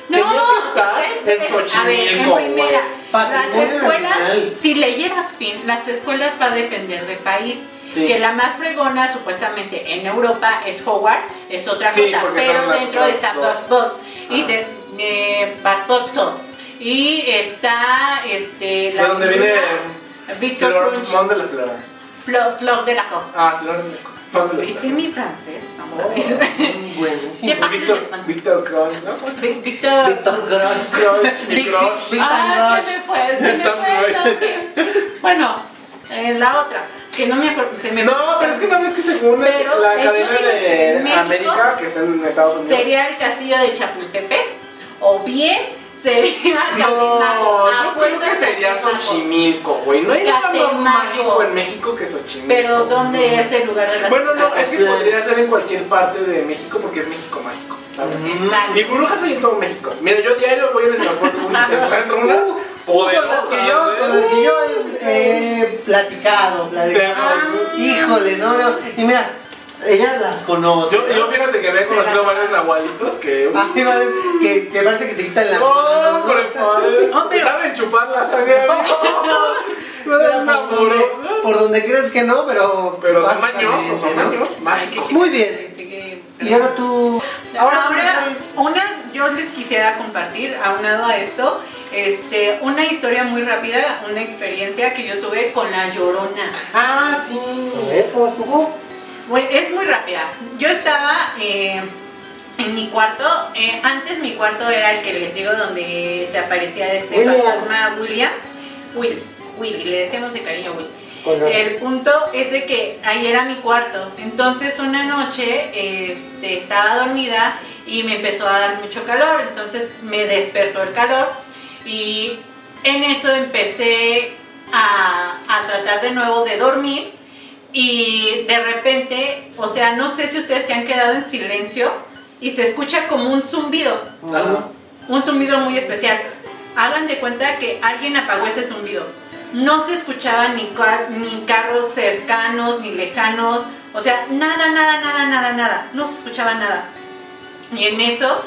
tenía que estar en A ver, en Xochimilco, güey. primera, las Patrimonio escuelas, nacional. si leyeras PIN, las escuelas va a depender del país. Sí. Que la más fregona, supuestamente, en Europa es Hogwarts, es otra Sí, cosa, porque pero son las- Ah. dentro las- está las- Basbot y Ajá. de, eh, Basbotto. Y está este, ¿De dónde viene? Victor Flor, Crunch, Mon de la Flora. Flor, Flor de la Co. Ah, Flor de Mon de la ¿Viste mi francés? No mames. Oh. Buenísimo. Qué Flora. Víctor, Víctor Crunch, ¿no? Vic- Víctor. Doctor Gross. Crunch, mi Vic- Crunch. Vic- Ah, Tan se me fue, se me Tan fue. Rush. no, que- Bueno, eh, la otra, que no me acuerdo, se me No, fue. pero es que no ves que según Pero, la eh, Academia yo digo que de México América, que está en Estados Unidos. Sería el castillo de Chapultepec, o bien sería Catemaco. No, a yo creo fuerza que sería Catemaco. Xochimilco, güey. No hay nada más Catemaco. mágico en México que Xochimilco. Pero ¿dónde es el lugar de las Bueno, no, es que Claro. podría ser en cualquier parte de México porque es México mágico, ¿sabes? Exacto. Y brujas hay en todo México. Mira, yo diario voy a venir a encuentro una Uh, poderosa. ¿eh? Con las que yo, con las que yo he he platicado, platicado. Ah. Híjole, no, no. Y mira, ellas las conoce. Yo, yo fíjate que había conocido varios nahualitos que... Ah, y parece que, que parece que se quitan las ¡Oh, hombre, padre! Ah, pero- ¿Saben chupar la sangre? Mira, Me por, donde, enamoró. por donde crees que no, pero. Pero son básicamente, mañosos, son ¿no? mañosos, mágicos. Muy bien. Y ahora tú. Ahora, ahora una, yo les quisiera compartir, aunado a esto, este, una historia muy rápida, una experiencia que yo tuve con la llorona. Ah, sí. A ver, ¿cómo estuvo? Bueno, es muy rápida. Yo estaba eh, en mi cuarto. eh, antes mi cuarto era el que les digo donde se aparecía este William. fantasma William. Will, Willy, le decíamos de cariño Will. Ajá. El punto es de que ahí era mi cuarto. Entonces una noche este, estaba dormida y me empezó a dar mucho calor. Entonces me despertó el calor y en eso empecé a, a tratar de nuevo de dormir y de repente, o sea, no sé si ustedes se han quedado en silencio y se escucha como un zumbido, un zumbido muy especial. Hagan de cuenta que alguien apagó ese zumbido. No se escuchaban ni, car- ni carros cercanos, ni lejanos, o sea, nada, nada, nada, nada, nada, no se escuchaba nada. Y en eso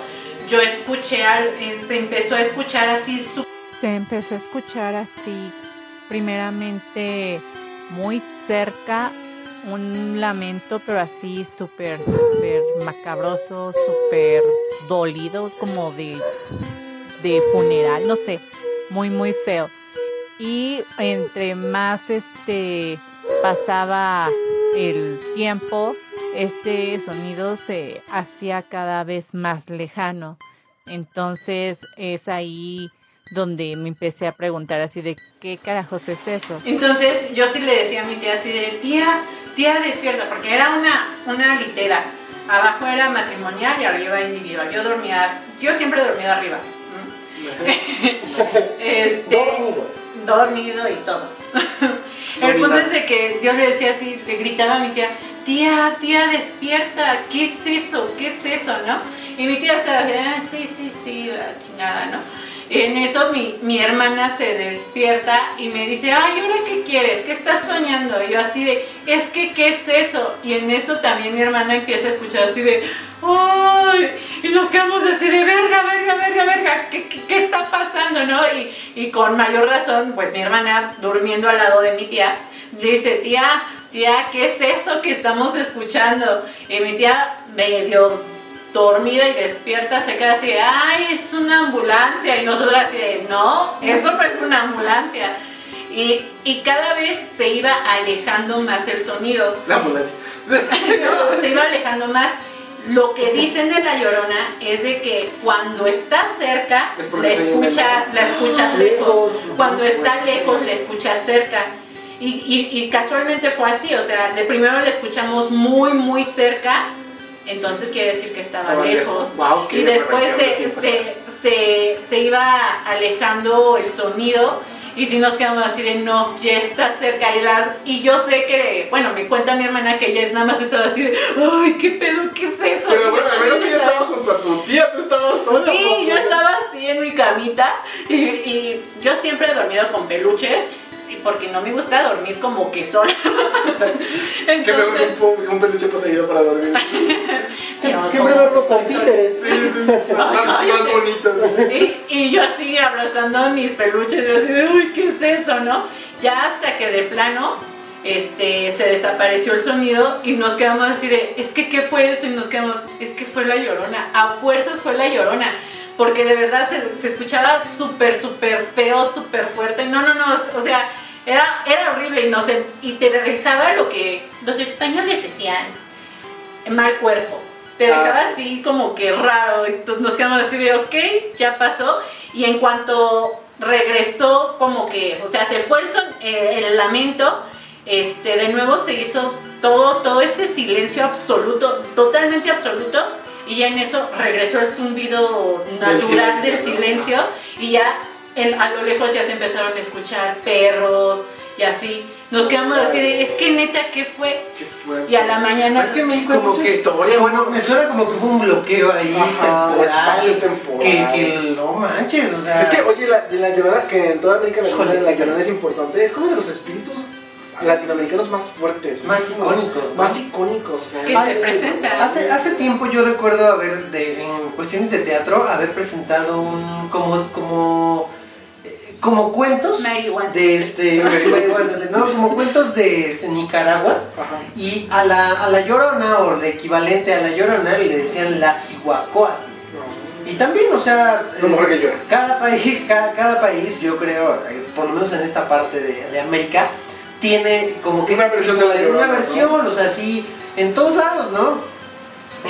yo escuché, al- eh, se empezó a escuchar así su se empezó a escuchar así, primeramente muy cerca, un lamento, pero así súper, súper macabroso, súper dolido, como de, de funeral, no sé, muy, muy feo. Y entre más este pasaba el tiempo, este sonido se hacía cada vez más lejano. Entonces es ahí donde me empecé a preguntar así de qué carajos es eso. Entonces yo sí le decía a mi tía así de, tía, tía despierta, porque era una, una litera. Abajo era matrimonial y arriba individual. Yo dormía, yo siempre he dormido arriba. ¿m? este, Dormido. dormido y todo. El punto Dominado. es de que yo le decía así, le gritaba a mi tía, tía, tía despierta, ¿qué es eso? ¿Qué es eso? ¿No? Y mi tía estaba así, "Ah, sí, sí, sí, la chingada, ¿no? En eso mi, mi hermana se despierta y me dice, ay, ¿ahora qué quieres? ¿Qué estás soñando? Y yo así de, es que, ¿qué es eso? Y en eso también mi hermana empieza a escuchar así de, ay, y nos quedamos así de, verga, verga, verga, verga, ¿qué, qué, qué está pasando? ¿no? Y, y con mayor razón, pues mi hermana durmiendo al lado de mi tía, le dice, tía, tía, ¿qué es eso que estamos escuchando? Y mi tía medio dormida y despierta se queda así, ay, es una ambulancia. Y nosotras así, de, no, eso no es una ambulancia. Y, y cada vez se iba alejando más el sonido. La ambulancia. No, se iba alejando más. Lo que dicen de la llorona es de que cuando está cerca, Es porque la, se Ah, escucha, la escuchas lejos. Lejos. Cuando está lejos, la escuchas cerca. Y, y- y casualmente fue así, o sea, de primero la escuchamos muy, muy cerca, entonces quiere decir que estaba, Estaba lejos. lejos. Guau, qué y después reverencia de se, tiempo se- atrás. se- se iba alejando el sonido y si nos quedamos así de no, ya está cerca. Y, las- y yo sé que, bueno, me cuenta mi hermana que ella nada más estaba así de, ay, qué pedo, qué es eso. Pero bueno, Yo al menos ella estaba- estaba junto a tu tía, tú estabas sola. Sí, ¿no? yo estaba así en mi camita y, y yo siempre he dormido con peluches y porque no me gusta dormir como que sola. Que mejor que un, Entonces, po- un peluche poseído para dormir. yo Siempre como duermo con que soy- títeres. Sí, sí, sí. más, más bonito. Y, y yo así abrazando a mis peluches, yo así de, uy, ¿qué es eso, no? Ya hasta que de plano este, se desapareció el sonido y nos quedamos así de, es que, ¿qué fue eso? Y nos quedamos, es que fue la llorona, a fuerzas fue la llorona. Porque de verdad se, se escuchaba súper, súper feo, súper fuerte. No, no, no, o sea, era, era horrible y, no sé, y te dejaba lo que los españoles decían, mal cuerpo. Te Ah, dejaba sí. así como que raro. Entonces nos quedamos así de, ok, ya pasó. Y en cuanto regresó, como que, o sea, se fue el, son- eh, el lamento, este, de nuevo se hizo todo, todo ese silencio absoluto, totalmente absoluto. Y ya en eso regresó el zumbido natural silencio, del ¿no? silencio. Y ya en- a lo lejos ya se empezaron a escuchar perros y así. Nos quedamos así de, es que neta, ¿qué fue? Qué fuerte. Y a la mañana... Es que en México hay Como mucha que- historia, bueno. Me suena como que hubo un bloqueo ahí Ajá, espacio temporal. temporal. Que, que no manches, o sea. Es que, oye, la, de la llorona, que en toda América Latina Híjole. la llorona es importante, es como de los espíritus latinoamericanos más fuertes. o sea, Más es como- icónicos, ¿no? Más icónicos, o sea. Que es- se presenta. Hace, hace tiempo yo recuerdo haber, de- en cuestiones de teatro, haber presentado un, como, como, eh, como cuentos Marihuana. de este, marihuana, de- no, como cuentos de este, Nicaragua. Ajá. Y a la, a la llorona, o el equivalente a la llorona, le decían la cihuacoa. Y también, o sea, eh, Lo mejor que llora. cada país, cada, cada país, yo creo, eh, por lo menos en esta parte de, de América, tiene como que Una ese versión tipo de la una Llorona, versión, o sea, sí, en todos lados, ¿no?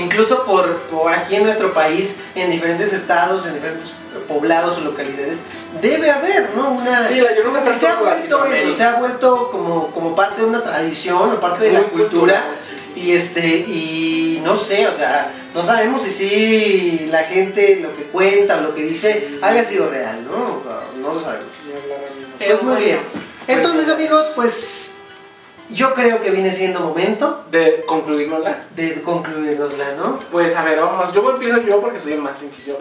Incluso por, por aquí en nuestro país, en diferentes estados, en diferentes poblados o localidades, debe haber, ¿no? Una Sí, la Llorona está en se ha todo vuelto Latinoamérica. eso, se ha vuelto como, como parte de una tradición o parte de Es la muy cultura. cultural, sí, sí, sí. Y este, y no sé, o sea, no sabemos si sí la gente lo que cuenta, lo que dice, haya sido real, ¿no? No lo sabemos. Ni hablar, amigos. Pero Pues muy bueno. bien. Entonces, amigos, pues yo creo que viene siendo momento De concluir con la. de concluirnosla, ¿no? Pues a ver, vamos, yo empiezo yo porque soy el más sencillo.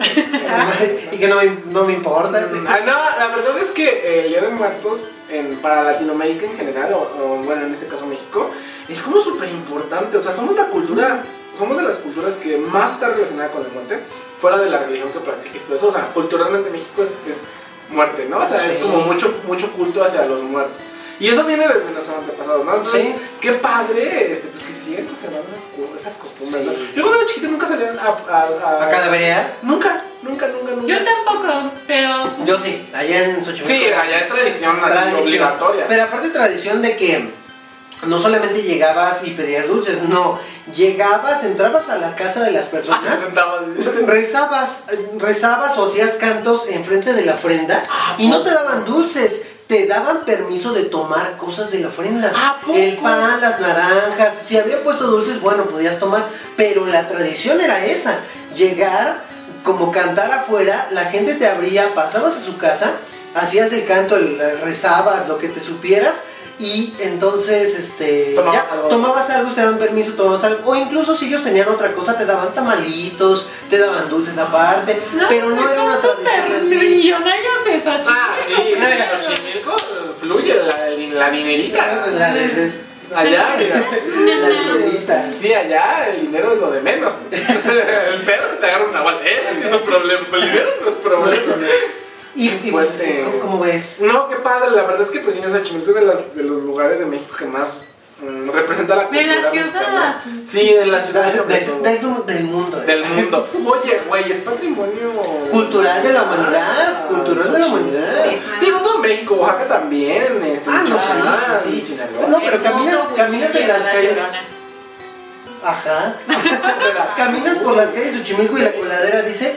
Ah. y que no me, no me importa. Ah, no, la verdad es que eh, el Día de Muertos en- para Latinoamérica en general, o, o, bueno, en este caso México, es como súper importante. O sea, somos la cultura, somos de las culturas que más está relacionada con la muerte, fuera de la religión que practiques todo eso. O sea, culturalmente México es, es muerte, ¿no? O sea, es Sí. como mucho, mucho culto hacia los muertos. Y eso viene desde nuestros antepasados, ¿no? Entonces, Sí. qué padre este, pues, que siguen conservando esas cu- esas costumbres, Sí. ¿no? Yo cuando era chiquito nunca salía a... a- a- A calaverear. Nunca, nunca, nunca, nunca. Yo tampoco, pero Yo sí, allá en Xochimilco. Sí, allá es tradición así Tradición. obligatoria. Pero aparte tradición de que no solamente llegabas y pedías dulces, no, llegabas, entrabas a la casa de Nos las personas, sentamos. rezabas, eh, rezabas o hacías cantos enfrente de la ofrenda y no te daban dulces. Te daban permiso de tomar cosas de la ofrenda. ¿A poco? El pan, las naranjas. Si había puesto dulces, bueno, podías tomar. Pero la tradición era esa. Llegar, como cantar afuera, la gente te abría, pasabas a su casa, hacías el canto, el- eh, rezabas, lo que te supieras. y entonces este Tomabas ya, algo. tomabas algo, te daban permiso, tomabas algo, o incluso si ellos tenían otra cosa, te daban tamalitos, te daban dulces aparte, pero no era una tradición así. no hagas eso, Ah, sí, en Xochimilco eh, fluye la, la dinerita. La de- Allá, mira. la dinerita. Sí, allá el dinero es lo de menos. El pedo es que te agarra una bala. Ese sí es un problema. El dinero no es problema. Y, Qué y pues fuerte. así, ¿cómo- ¿cómo ves? No, qué padre. La verdad es que pues sí, Xochimilco es de, las- de los lugares de México que más mm, representa la De cultura. la ciudad. mexicana. Sí, en la Da- ciudad sobre da- todo. da- Del, mundo. eh. del mundo. Oye, güey, es patrimonio Cultural de la humanidad, Ah, cultural de la Xochimilco. humanidad. Es más. Digo, todo México, Oaxaca también, este, Ah, no, sí, Michoacán, sí, sí. Sinaloa. No, pero caminas- caminas en las calles. Ajá. Caminas por las calles de Xochimilco y la coladera dice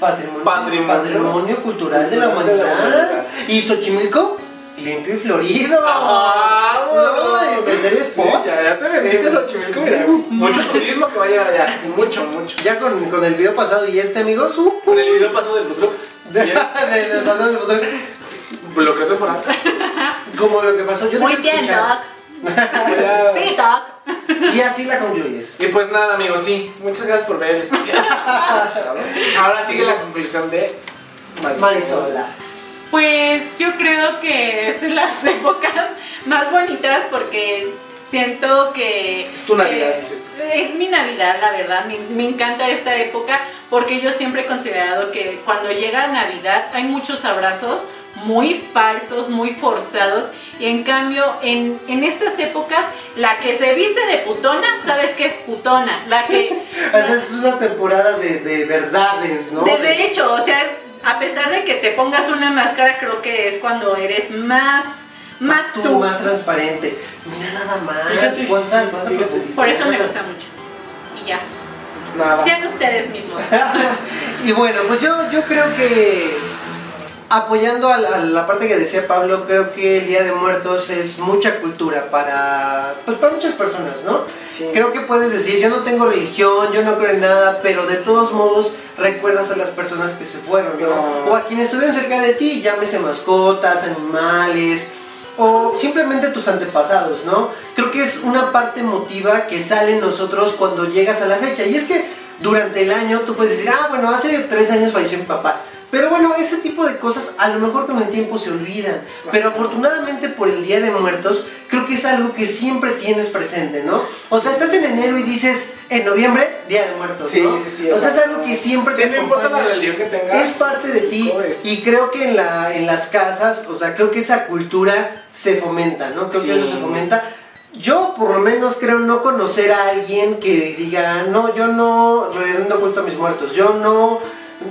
patrimonio, Patrimonio. patrimonio cultural de la Cultural de la humanidad. Y Xochimilco, limpio y florido. Ah, bueno. no, en serio Sí, ya, ya te vendiste Xochimilco, mira. Mucho turismo que va a llegar allá. Eh, uh, Mucho, mucho. Ya con, con el video pasado y este amigo, su. Con el video pasado del futuro. De, de- de- pasado del futuro. Lo que por acá. Como lo que pasó, yo te Muy quiero bien, escuchar. Doc. Sí, Doc. Y así la concluyes. Y pues nada, amigos, sí. Muchas gracias por ver el especial. Ahora sigue la conclusión de Marisola. Pues yo creo que es de las épocas más bonitas porque siento que... Es tu Navidad, que- dices Es mi Navidad, la verdad. Me, me encanta esta época porque yo siempre he considerado que cuando llega Navidad hay muchos abrazos muy falsos, muy forzados. Y en cambio, en, en estas épocas, la que se viste de putona, sabes que es putona. La que... Esa es una temporada de, de verdades, ¿no? De, de hecho, o sea, a pesar de que te pongas una máscara, creo que es cuando eres más, más más tú, tú. más transparente. Mira nada más. Fíjate, sí, cuánta- sí, cuánta fíjate. profundización. Por eso me gusta mucho. Y ya. Ah, Nada. Sean ustedes mismos. Y bueno, pues yo, yo creo que apoyando a la, a la parte que decía Pablo, creo que el Día de Muertos es mucha cultura para, pues para muchas personas, ¿no? Sí. Creo que puedes decir, yo no tengo religión, yo no creo en nada, pero de todos modos recuerdas a las personas que se fueron, ¿no? Claro. O a quienes estuvieron cerca de ti, llámese mascotas, animales, o simplemente tus antepasados, ¿no? Creo que es una parte emotiva que sale en nosotros cuando llegas a la fecha. Y es que durante el año tú puedes decir, ah, bueno, hace tres años falleció mi papá. Pero bueno, ese tipo de cosas a lo mejor con el tiempo se olvidan. Pero afortunadamente por el Día de Muertos, creo que es algo que siempre tienes presente, ¿no? O sea, estás en enero y dices, en noviembre, Día de Muertos. Sí, ¿no? sí, sí, O sea, es exacto. algo que siempre Sí, te no importa la acompaña religión que tengas. es parte de ti Pues. y creo que en, la, en las casas, o sea, creo que esa cultura se fomenta, ¿no? Creo Sí. que eso se fomenta. Yo por lo menos creo no conocer a alguien que diga, no, yo no rendo culto a mis muertos, yo no,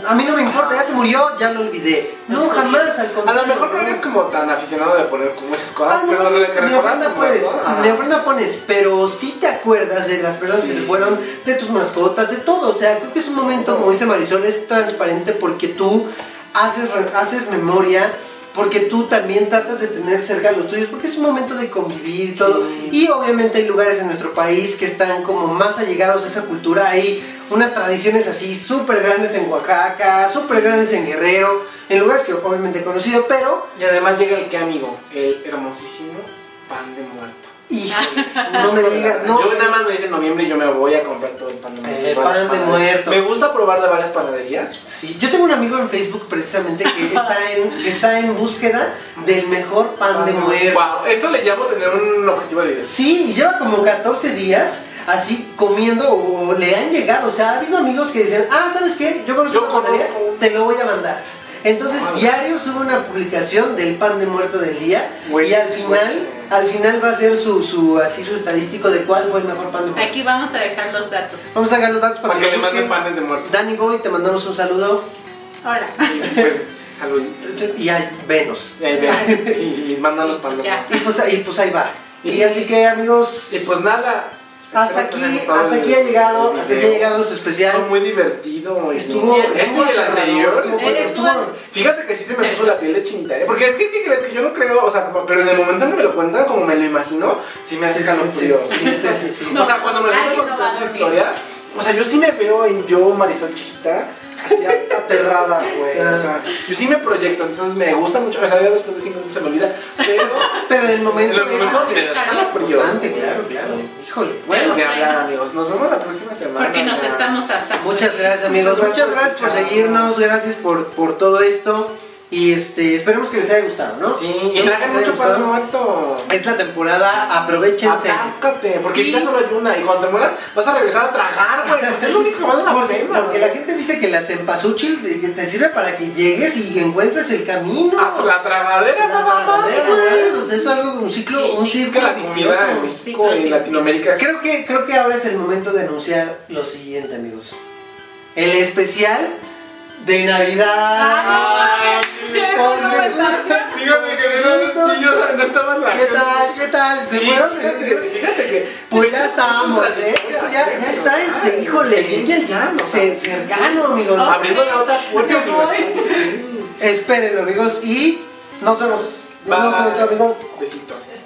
a mí no me importa, ya se murió, ya lo olvidé. No, jamás, al A contrario. lo mejor no eres como tan aficionado de poner con muchas cosas, Ah, no, pero lo de que ni recuerdas ofrenda como puedes, todo, ajá. ni ofrenda pones, pero sí te acuerdas de las personas que Sí. se fueron, de tus mascotas, de todo. O sea, creo que es un momento, como dice Marisol, es transparente porque tú haces, re- haces memoria, porque tú también tratas de tener cerca a los tuyos, porque es un momento de convivir y todo. Y obviamente hay lugares en nuestro país que están como más allegados a esa cultura. Hay unas tradiciones así súper grandes en Oaxaca, súper grandes en Guerrero, en lugares que obviamente he conocido, pero Y además llega el que amigo, el hermosísimo pan de muerto. Híjole, no me digas, no. yo nada más me dice en noviembre y yo me voy a comprar todo el pan de muerto. Eh, Varias pan de panaderías. muerto. Me gusta probar de varias panaderías. Sí, yo tengo un amigo en Facebook precisamente que está en, que está en búsqueda del mejor pan de muerto. Wow, eso le llamo tener un objetivo de vida. Sí, y lleva como 14 días así comiendo o le han llegado. O sea, ha habido amigos que dicen, ah, ¿sabes qué? Yo conozco Yo una panadería, conozco. te lo voy a mandar. Entonces, Wow. diario sube una publicación del pan de muerto del día Güey, y al final, güey. al final va a ser su, su, así su estadístico de cuál fue el mejor pan de muerto. Aquí vamos a dejar los datos. Vamos a sacar los datos para, Para que le lo busquen. manden panes de muerto. Danny Boy, te mandamos un saludo. Ahora. Y, pues, Salud. Y hay venos. Y ahí vean, y, y mandan los panes. de O sea. muerto. Y pues, y pues ahí va. Y- Y así que amigos, Y pues nada. hasta espero que aquí, les haya gustado hasta el- aquí ha llegado, el hasta aquí ha video. llegado nuestro Fue especial. muy divertido. y- Estuvo, este estuvo y el aterrador, anterior. estuvo Ah, este- fuerte, Estuvo- estuvo- Fíjate que sí se me puso la piel de chinita, ¿eh? porque es que, ¿qué crees? Que yo no creo, o sea, como- pero en el momento en que me lo cuentan, como me lo imagino, sí me hace Sí, sí, calofrío. sí, sí. sí, sí, sí. Ah. No, o sea, cuando me lo nadie cuentan no con toda va a esa dormir. historia, o sea, yo sí me veo en yo, Marisol chiquita, así a- aterrada, güey. eh, O sea, yo sí me proyecto, entonces me gusta mucho. O sea, ya después de cinco minutos se me olvida. Pero pues, Pero en el momento lo es este, mejor me claro, da frío. importante, claro, claro. Híjole. Bueno, Bueno, ni hablar, amigos. Nos vemos la próxima semana. Porque nos Ya. estamos asando. muchas gracias amigos, Muchas gracias muchas gracias por por escuchar. seguirnos, gracias por, por todo esto y este esperemos que les haya gustado, ¿no? Sí, y Esperemos tragan que les haya mucho pan gustado. muerto. Es la temporada, aprovechense. Atáscate, porque Y- ya solo hay una. Y cuando te mueras, vas a regresar a tragar, güey. porque Es lo único que vale la Porque, pena. porque la gente dice que la cempasúchil te, te sirve para que llegues y encuentres el camino. A Ah, pues la tragadera La nada más, verdadera, güey. ¿no? O sea, es algo, un ciclo, Sí, un sí, Es que círculo la comida en vicioso. México y en Latinoamérica es Creo que, creo que ahora es el momento de anunciar lo siguiente, amigos. El especial de Navidad. Ay, por no me está. gusta. Fíjate que no, Por me y yo no estaba en la ¿Qué tal? ¿Qué tal? ¿Se Sí, fueron? fíjate, fíjate que. Pues ya estamos, ¿eh? Esto ya, ya está, este, híjole. El yin y el yang, o sea, Se- cercano, amigos. Abriendo la otra puerta Me voy. universal. Espérenlo, amigos, y nos vemos. Nos vemos pronto, amigo. Besitos.